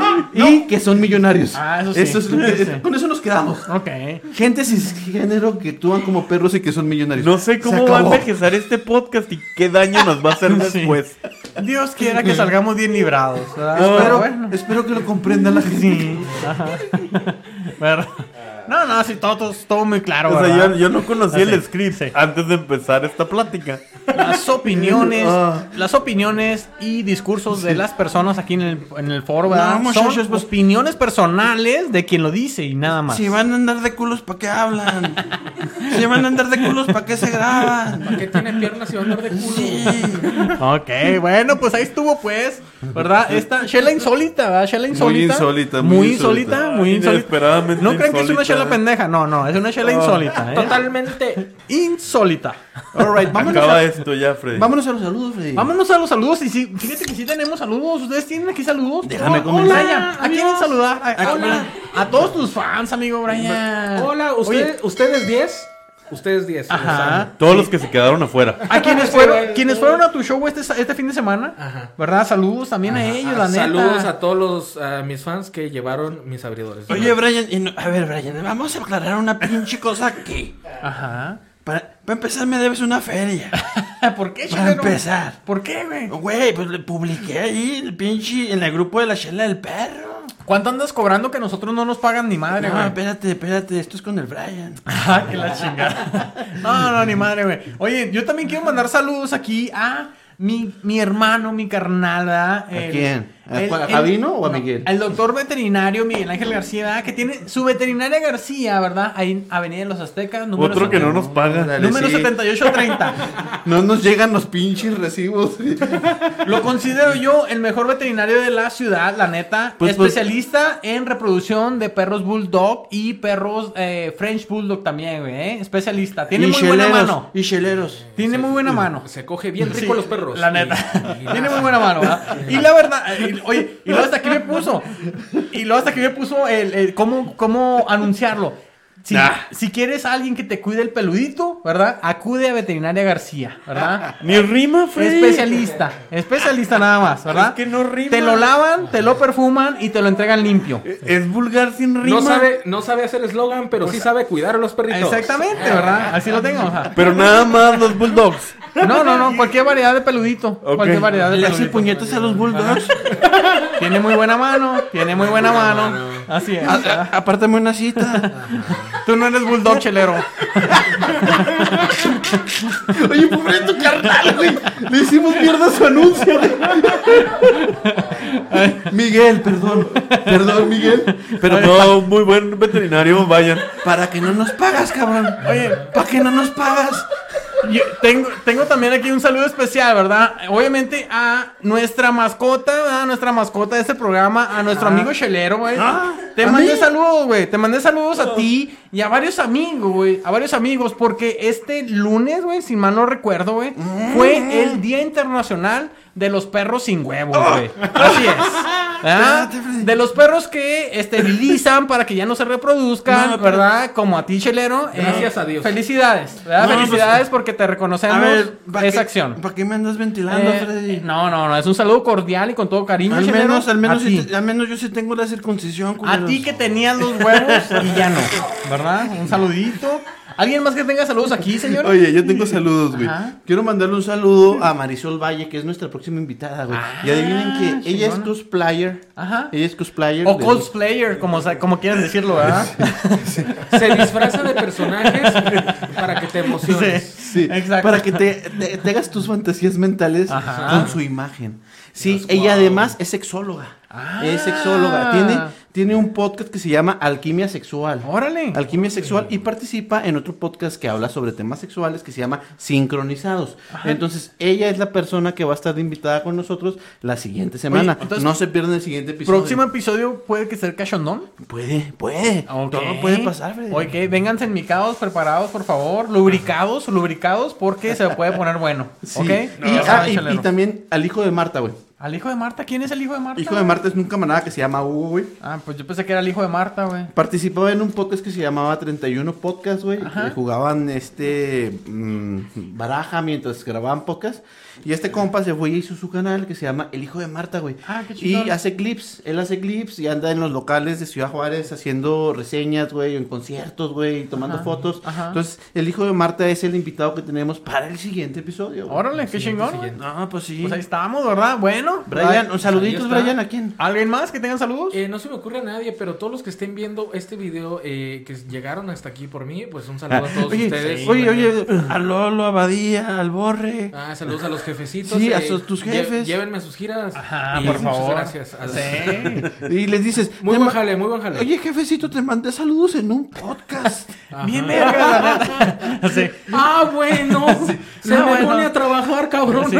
y que son millonarios. Ah, eso sí. es lo que- Sí. Con eso nos quedamos. Ok. Gente cisgénero que actúan como perros y que son millonarios. No sé Se cómo va a acabó. envejecer este podcast y qué daño nos va a hacer Sí. después. Dios quiera que salgamos bien librados. ¿verdad? Pero Espero, bueno. espero que lo comprendan la gente. Sí. ajá. Pero- No, no, sí, todo, todo, todo muy claro. O sea, ¿verdad? yo, yo no conocía Así, el script sí. antes de empezar esta plática. Las opiniones, Ah. las opiniones y discursos de las personas aquí en el, en el foro, ¿verdad? No, muchachos, Son pues- opiniones personales de quien lo dice y nada más. Si van a andar de culos, ¿para qué hablan? Si van a andar de culos, ¿para qué se graban? ¿Para qué tiene piernas y va a andar de culo? Sí. Ok, bueno, pues ahí estuvo, pues, ¿verdad? Esta chela insólita, ¿verdad? Chela insólita. insólita, muy muy insólita. insólita. Muy insólita. Inesperadamente No crean que es una insólita. chela pendeja, no, no, es una chela insólita, ¿eh? Totalmente. Insólita. All right, vámonos, Acaba a, esto ya, Freddy. vámonos a los saludos, Freddy. Vámonos a los saludos. Y sí, fíjate que sí tenemos saludos. ¿Ustedes tienen aquí saludos? Déjame Oh, comenzar. hola, Brian, ¿A quién saludar? A, a- Hola. a todos tus fans, amigo Brian. Hola, Ah. Oye, ¿ustedes, ustedes 10? Ustedes 10. los Ajá. amo. Todos los que se quedaron afuera. ¿A quienes Sí, fueron, güey. quienes fueron a tu show este, sa- este fin de semana? Ajá. ¿Verdad? Saludos también a ellos, la neta. Ah, Saludos a todos los, a mis fans que llevaron mis abridores. Oye, Brian, y no- a ver, Brian, vamos a aclarar una pinche cosa aquí. Ajá. Para, para empezar, me debes una feria. ¿Por qué, Para chelero? empezar. ¿Por qué, güey? Güey, pues le publiqué ahí el pinche en el grupo de la chela del perro. ¿Cuánto andas cobrando que nosotros no nos pagan ni madre, No, güey? espérate, espérate, esto es con el Brian. Ah, que la chingada. No, no, ni madre, güey. Oye, yo también quiero mandar saludos aquí a mi, mi hermano, mi carnal, ¿verdad? ¿A El- quién? ¿A el- cuál? ¿A el- Javino o a no, Miguel? Al doctor veterinario Miguel Ángel García, ¿verdad? Que tiene su veterinaria García, ¿verdad? Ahí en Avenida de los Aztecas, número Otro que no 70. nos paga. Dale, Número sí. 7830. No nos llegan los pinches recibos. Lo considero yo el mejor veterinario de la ciudad, la neta. Pues, pues- Especialista en reproducción de perros bulldog y perros eh, French bulldog también, güey. ¿eh? Especialista. Tiene muy buena cheleros, mano. Y cheleros. Tiene muy buena mano. Se coge bien rico los perros. La neta. Tiene muy buena mano, ¿verdad? Y la verdad, eh, y- oye, y luego hasta aquí me puso. Y luego hasta aquí me puso el, el cómo, cómo anunciarlo. Si, si quieres a alguien que te cuide el peludito, ¿verdad? Acude a Veterinaria García, ¿verdad? Ni Ah, rima, Freddy. Especialista, especialista nada más, ¿verdad? Es que no rima. Te lo lavan, te lo perfuman y te lo entregan limpio. Es- Es vulgar sin rima. No sabe, no sabe hacer eslogan, pero sí sabe cuidar a los perritos. Exactamente, ¿verdad? Así lo tengo. o sea. Pero nada más los bulldogs. No, no, no, cualquier variedad de peludito. Ok. Cualquier variedad de Le hace peludito. puñetas a los bulldogs. Tiene muy buena mano, tiene muy buena mano. Así Ah, es. A- a- Apártame una cita. Tú no eres bulldog chelero. Oye, pobre tu carnal, güey. Le hicimos mierda su anuncio. Miguel, perdón. Perdón, Miguel. Pero no, muy buen veterinario, vayan. Para que no nos pagas, cabrón. Oye, para que no nos pagas. Yo tengo, tengo también aquí un saludo especial, ¿verdad? Obviamente a nuestra mascota, ¿verdad? Nuestra mascota de este programa, a nuestro amigo Chelero, güey. Ah, Te ¿a mandé mí? Oh. saludos, güey. Te mandé saludos a ti y a varios amigos, güey. A varios amigos, porque este lunes, güey, si mal no recuerdo, güey, Mm. fue el Día Internacional de los Perros Sin Huevos, güey. Así es. ¿verdad? Oh. Espérate, Freddy. De los perros que esterilizan para que ya no se reproduzcan, No, pero- ¿verdad? Como a ti, Chelero. eh, Gracias a Dios. Felicidades, ¿verdad? No, pues, felicidades porque te reconocemos A ver, ¿pa' esa qué- acción. ¿Para qué me andas ventilando, Eh, Freddy? no, no, no, es un saludo cordial y con todo cariño. Al Chelero, menos, al menos, a ti. sí te- al menos yo sí tengo la circuncisión, A culeros. ti que tenías los huevos y ya no, ¿verdad? Un saludito. ¿Alguien más que tenga saludos aquí, señor? Oye, yo tengo saludos, güey. Ajá. Quiero mandarle un saludo a Marisol Valle, que es nuestra próxima invitada, güey. y adivinen que ella es Ah, chingona. cosplayer. Ajá. Ella es cosplayer. O de- cosplayer, como, sa- como quieran decirlo, ¿verdad? Se disfraza de personajes para que te emociones. Sí, Exacto. para que te, te- te hagas tus fantasías mentales Ajá. con su imagen. Sí, ella además es sexóloga. Es Ah. sexóloga. Tiene, tiene un podcast que se llama Alquimia Sexual. Órale. Alquimia Sexual y participa en otro podcast que habla sobre temas sexuales que se llama Sincronizados. Entonces, ella es la persona que va a estar invitada con nosotros la siguiente semana. entonces, no se pierdan el siguiente episodio. Próximo episodio puede que sea cachondón. Puede, puede. Ok. Todo puede pasar, Freddy. Ok, vénganse enmicados, preparados, por favor. Lubricados, lubricados, porque se puede poner bueno. Sí. Ok. Y, Ya saben, ah, y- chelero. y también al hijo de Marta, güey. ¿Al hijo de Marta? ¿Quién es el hijo de Marta? Hijo de Marta es un camarada que se llama Hugo, güey. Ah, pues yo pensé que era el hijo de Marta, güey. Participaba en un podcast que se llamaba 31 Podcast, güey. que Jugaban este mm, baraja mientras grababan podcast. Y este compa se fue y hizo su canal que se llama El Hijo de Marta, güey. Ah, qué chingón. y hace clips, él hace clips y anda en los locales de Ciudad Juárez haciendo reseñas, güey, en conciertos, güey, y tomando Ajá, fotos. ajá. Entonces, el hijo de Marta es el invitado que tenemos para el siguiente episodio. güey. Órale, qué chingón. güey. No, pues sí. Pues ahí estamos, ¿verdad? Bueno. Brian, pues un Ahí saluditos, está. Brian, ¿a quién? ¿Alguien más que tengan saludos? Eh, no se me ocurre a nadie, pero todos los que estén viendo este video eh, que llegaron hasta aquí por mí, pues un saludo a todos oye, ustedes. oye, oye, a Lolo, a Badía, al Borre. Ah, saludos a los jefecitos. eh, Sí, a sus- tus lle- jefes. llévenme a sus giras. Ajá, Y por muchas favor. gracias. A- Sí. Y les dices, Muy "Te buen ma- jale, muy buen jale. Oye, jefecito, te mandé saludos en un podcast. Ah. Ajá. Bien verga, la neta. Sí. Ah, bueno. Se No, me bueno. pone a trabajar, cabrón. Sí.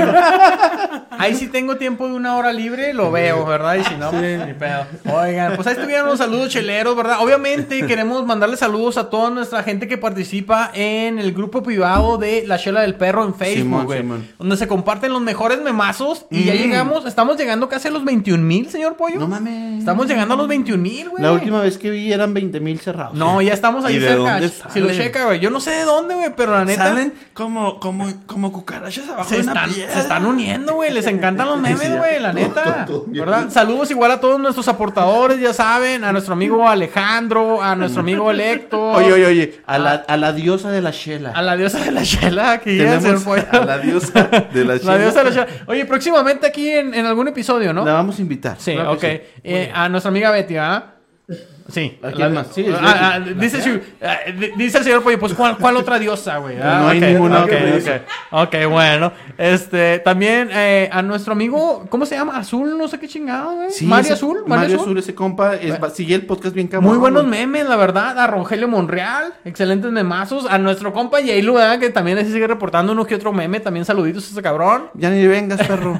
Ahí sí tengo tiempo de una hora libre, lo veo, ¿verdad? Y si no, pues, ni pedo. Oigan, pues ahí estuvieron los saludos cheleros, ¿verdad? Obviamente queremos mandarle saludos a toda nuestra gente que participa en el grupo privado de La Chela del Perro en Facebook, Simón, güey, Simón. Mm. Donde se comparten los mejores memazos y ya llegamos, estamos llegando casi a los 21 mil, señor Pollo. No mames. Estamos llegando a los 21 mil, güey. La última vez que vi eran 20 mil cerrados. No, ya estamos ahí ¿Y de cerca. dónde Si lo salen? checa, güey. Yo no sé de dónde, güey, pero la neta... Salen como, como, como cucarachas abajo Se de una están, piedra. se están uniendo, güey. Les encantan los memes, güey, la neta. Todo, todo bien. ¿Verdad? Saludos igual a todos nuestros aportadores, ya saben, a nuestro amigo Alejandro, a nuestro amigo Electo. Oye, oye, oye. A la, Ah. a la diosa de la Shela. A la diosa de la chela que ya se Tenemos fue. A la diosa de la La chela. diosa de la chela. Oye, próximamente aquí en, en algún episodio, ¿no? La vamos a invitar. Sí, Claro ok. que sí. Eh, a nuestra amiga Betty, ¿ah? Sí. ¿A quién La- más? Sí, es Ah, Betty. ah, dice, su- ah, di- dice el señor Pollo, pues ¿cuál, cuál otra diosa, güey? Ah, No hay ok, ninguna ok, otra ok. diosa. Ok, bueno. Este, también eh, a nuestro amigo, ¿cómo se llama? Azul, no sé qué chingado, güey. Sí, Mario ese- Azul, Mario, Mario Azul. Azul, ese compa. es- va- sigue el podcast bien cabrón. Muy buenos güey. memes, la verdad. A Rogelio Monreal, excelentes memazos. A nuestro compa Yailu, ¿verdad? que también ese sigue reportando uno que otro meme. También saluditos a ese cabrón. Ya ni vengas, perro.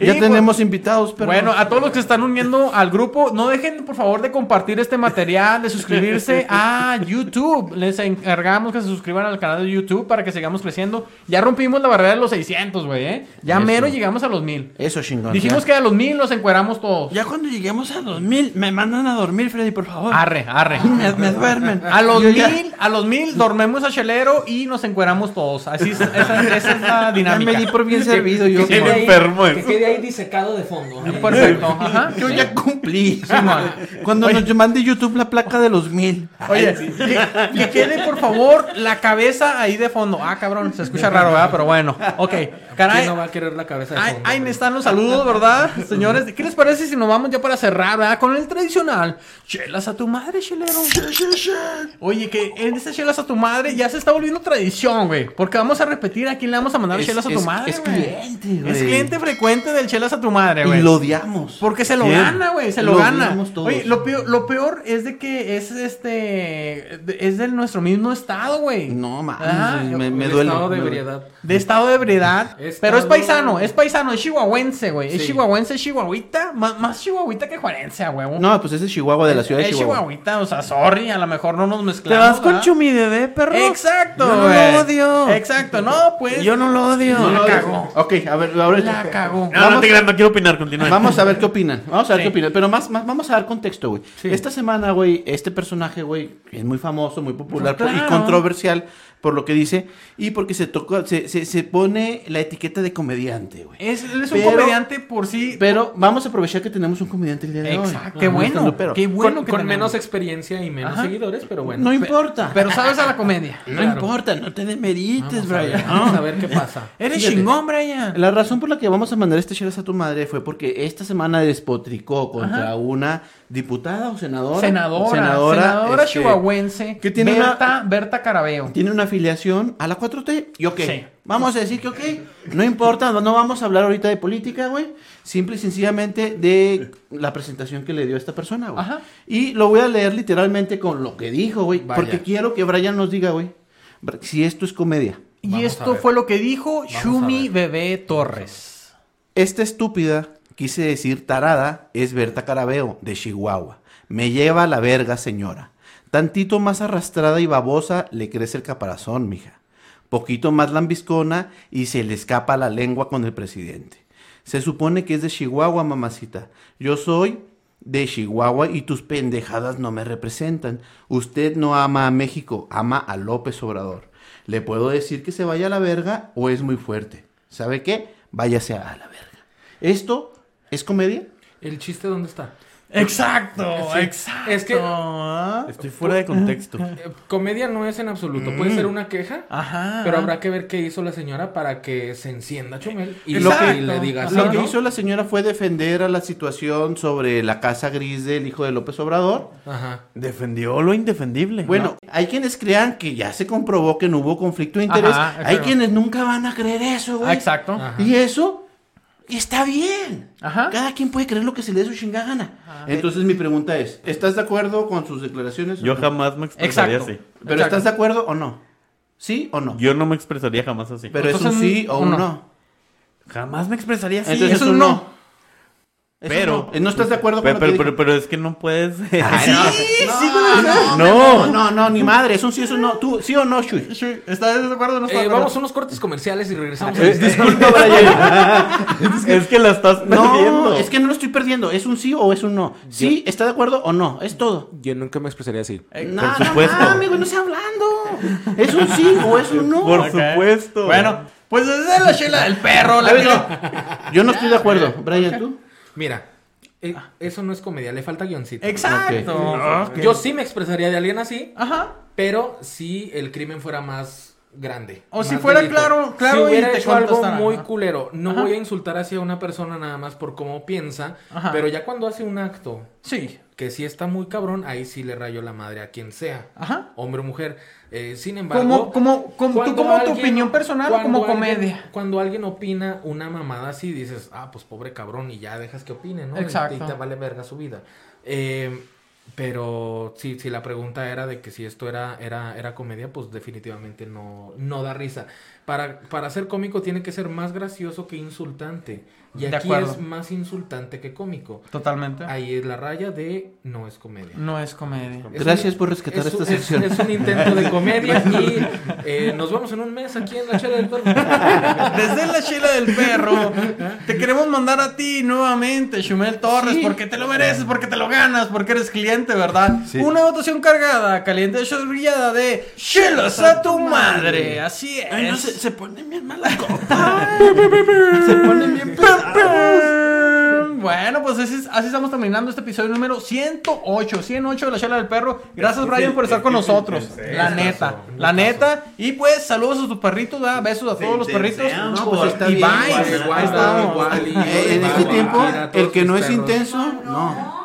Y, ya pues, tenemos invitados, perro. Bueno, a todos los que se están uniendo al grupo, no dejen por favor de compartir este material, de suscribirse a YouTube. Les encargamos que se suscriban al canal de YouTube para que sigamos creciendo. Ya rompimos la barrera de los 600, güey, ¿eh? Ya Eso. mero llegamos a los 1000. Eso, chingón. Dijimos que a los 1000 los encueramos todos. Ya cuando lleguemos a los mil, me mandan a dormir, Freddy, por favor. Arre, arre. Me, me duermen. A los Yo ya- mil, a los mil, dormemos a Chelero y nos encueramos todos. Así es, esa, esa es la Ya dinámica. me di por bien servido yo. Bien Simón. enfermo, eh. Que quede ahí disecado de fondo. Perfecto, ajá. Yo ya cumplí. Simón. Cuando nos mande YouTube la placa de los mil. Oye, que, que quede por favor la cabeza ahí de fondo. Ah, cabrón, se escucha raro, ¿verdad? Pero bueno, ok. ¿Quién Caray, no va a querer la cabeza de ahí, fondo? ahí me están los saludos, ¿verdad? Señores, ¿qué les parece si nos vamos ya para cerrar, ¿verdad? Con el tradicional. Chelas a tu madre, chelero. Oye, que en ese chelas a tu madre ya se está volviendo tradición, güey. Porque vamos a repetir a quién le vamos a mandar Es- chelas a tu es- madre. es güey. cliente, Es güey. cliente frecuente del chelas a tu madre, Y güey. lo odiamos. Porque se lo ¿Quién? gana, güey, se lo, Lo gana. odiamos todos. Oye, lo peor, lo peor es de que es este de- es de nuestro mismo estado, güey. No, mames. Ah, me, me El duele. estado de Me duele. ebriedad. De estado de ebriedad. Estado- Pero es paisano, es paisano, es chihuahuense, güey. Es Sí. chihuahuense, es chihuahuita, más, más chihuahuita que juarense, a huevo. No, pues ese es Chihuahua de la ciudad de es Chihuahua. chihuahuita, o sea, sorry, a lo mejor no nos Te mezclamos. vas con ¿verdad? Chumi bebé, perro. Exacto, Yo no güey. lo odio. Exacto, no, pues. Yo no lo odio. La cagó. Ok, a ver, ahora. La cagó. No, no te creas, no quiero opinar, continúa. Vamos a ver qué opinan. Vamos a ver Sí. qué opinan. Pero más, más, vamos a dar contexto, güey. Esta semana, güey, este personaje, güey, es muy famoso, muy popular Pues, y claro. controversial por lo que dice y porque se toca, se, se, se pone la etiqueta de comediante, güey. Es, él es un Pero- comediante por sí. Pero vamos a aprovechar que tenemos un comediante el día de hoy. Exacto, qué Un bueno. estandupero. Qué bueno Con, que con tenemos. menos experiencia y menos Ajá. seguidores, pero bueno. no importa. Pero sabes a la comedia. no claro. importa, no te demerites, Vamos a ver, Brian. vamos a ver qué pasa. Eres Fíjate. chingón, Brian. La razón por la que vamos a mandar este chelas a tu madre fue porque esta semana despotricó contra Ajá. una diputada o senadora. Senadora, senadora, Senadora, este, chihuahuense. que tiene Berta, Berta Carabeo. Tiene una afiliación a la 4T. ¿Y ok? Sí. Vamos a decir que ok. No importa, no, no vamos a hablar ahorita de política, güey. Simple y sencillamente de la presentación que le dio esta persona, güey. Ajá. Y lo voy a leer literalmente con lo que dijo, güey. Vaya. Porque quiero que Brian nos diga, güey, br- si esto es comedia. Y Vamos a esto ver. fue lo que dijo a Shumi ver. Bebé Torres. Esta estúpida, quise decir tarada, es Berta Carabeo, de Chihuahua. Me lleva a la verga, señora. Tantito más arrastrada y babosa le crece el caparazón, mija. Poquito más lambiscona y se le escapa la lengua con el presidente. Se supone que es de Chihuahua, mamacita. Yo soy de Chihuahua y tus pendejadas no me representan. Usted no ama a México, ama a López Obrador. Le puedo decir que se vaya a la verga o es muy fuerte. ¿Sabe qué? Váyase a la verga. ¿Esto es comedia? ¿El chiste dónde está? Exacto, Sí. exacto. Es que- Estoy fuera de contexto. Eh, Comedia no es en absoluto. Puede ser una queja, Ajá. pero habrá que ver qué hizo la señora para que se encienda Chumel y Exacto. lo que le digas. Ajá. Lo que ¿no? hizo la señora fue defender a la situación sobre la casa gris del hijo de López Obrador. Ajá. Defendió lo indefendible. Bueno, hay quienes crean que ya se comprobó que no hubo conflicto de interés. Ajá, hay claro. quienes nunca van a creer eso, Ah, güey. Exacto. Ajá. Y eso está bien. Ajá. Cada quien puede creer lo que se le dé su chingada gana. Entonces mi pregunta es, ¿estás de acuerdo con sus declaraciones? o Yo no? jamás me expresaría Exacto. así. Pero Exacto. ¿estás de acuerdo o no? ¿Sí o no? Yo no me expresaría jamás así. Pero es un Entonces, sí o un un no. no. jamás me expresaría así. Entonces es un no. Es un Pero- no. ¿No estás de acuerdo con Pero, lo que pero, dijo? pero- pero es que no puedes. Ay, no, no, No. no, no, no, ni madre, es un sí, es un no. ¿Tú sí o no, Shui? ¿Estás de acuerdo o no Eh, vamos a unos cortes comerciales y regresamos. Eh, Disculpa, Brian. es que la estás perdiendo. No, es que no lo estoy perdiendo. ¿Es un sí o es un no? ¿Sí? ¿Está de acuerdo o no? Es todo. Yo nunca me expresaría así. No, por supuesto. No, amigo, no está hablando. ¿Es un sí o es un no? Por supuesto. Bueno, Pues es de la chela del perro, la Yo no estoy de acuerdo. Brian, ¿tú? Mira, eh, Ah. eso no es comedia, le falta guioncito. Eh, Exacto. Yo sí me expresaría de alguien así, Ajá. pero si el crimen fuera más grande. O más si fuera delito. claro, claro, Si y hubiera te hecho algo contestaran, muy ajá. culero. No Ajá. voy a insultar hacia una persona nada más por cómo piensa, Ajá. pero ya cuando hace un acto Sí. que sí está muy cabrón, ahí sí le rayo la madre a quien sea, Ajá. hombre o mujer. Eh, sin embargo, Como, como, como, tú cuando como tu alguien- opinión personal o cuando como alguien- comedia. Cuando alguien opina una mamada así, dices, ah, pues pobre cabrón, y ya dejas que opine, ¿no? Exacto. Y te vale verga su vida. Eh, pero si sí, sí, la pregunta era de que si esto era, era, era comedia, pues definitivamente no, no da risa. Para, para ser cómico tiene que ser más gracioso que insultante. Y De aquí acuerdo. es más insultante que cómico. Totalmente. Ahí es la raya de no es comedia. No es comedia. Es Gracias un- por rescatar es esta un- es- sección. Es, un intento de comedia y eh, nos vemos en un mes aquí en la chela del perro. Desde la chela del perro, te queremos mandar a ti nuevamente, Shumel Torres, porque te lo mereces, porque te lo ganas, porque eres cliente, ¿verdad? Una votación cargada, caliente, yo brillada de chelas a tu madre. Así es. Ay, no, se, se ponen bien malas copas. Se ponen bien Bueno, pues así, así estamos terminando este episodio número 108, 108 de la Chela del Perro. Gracias, Brian, por estar con nosotros. La neta, la neta. Y pues, saludos a tus perritos, ¿verdad? besos a todos los perritos. No, pues está Y bien. bye. eh, Eh, este Ahí estamos. En este tiempo, el que no es intenso, no.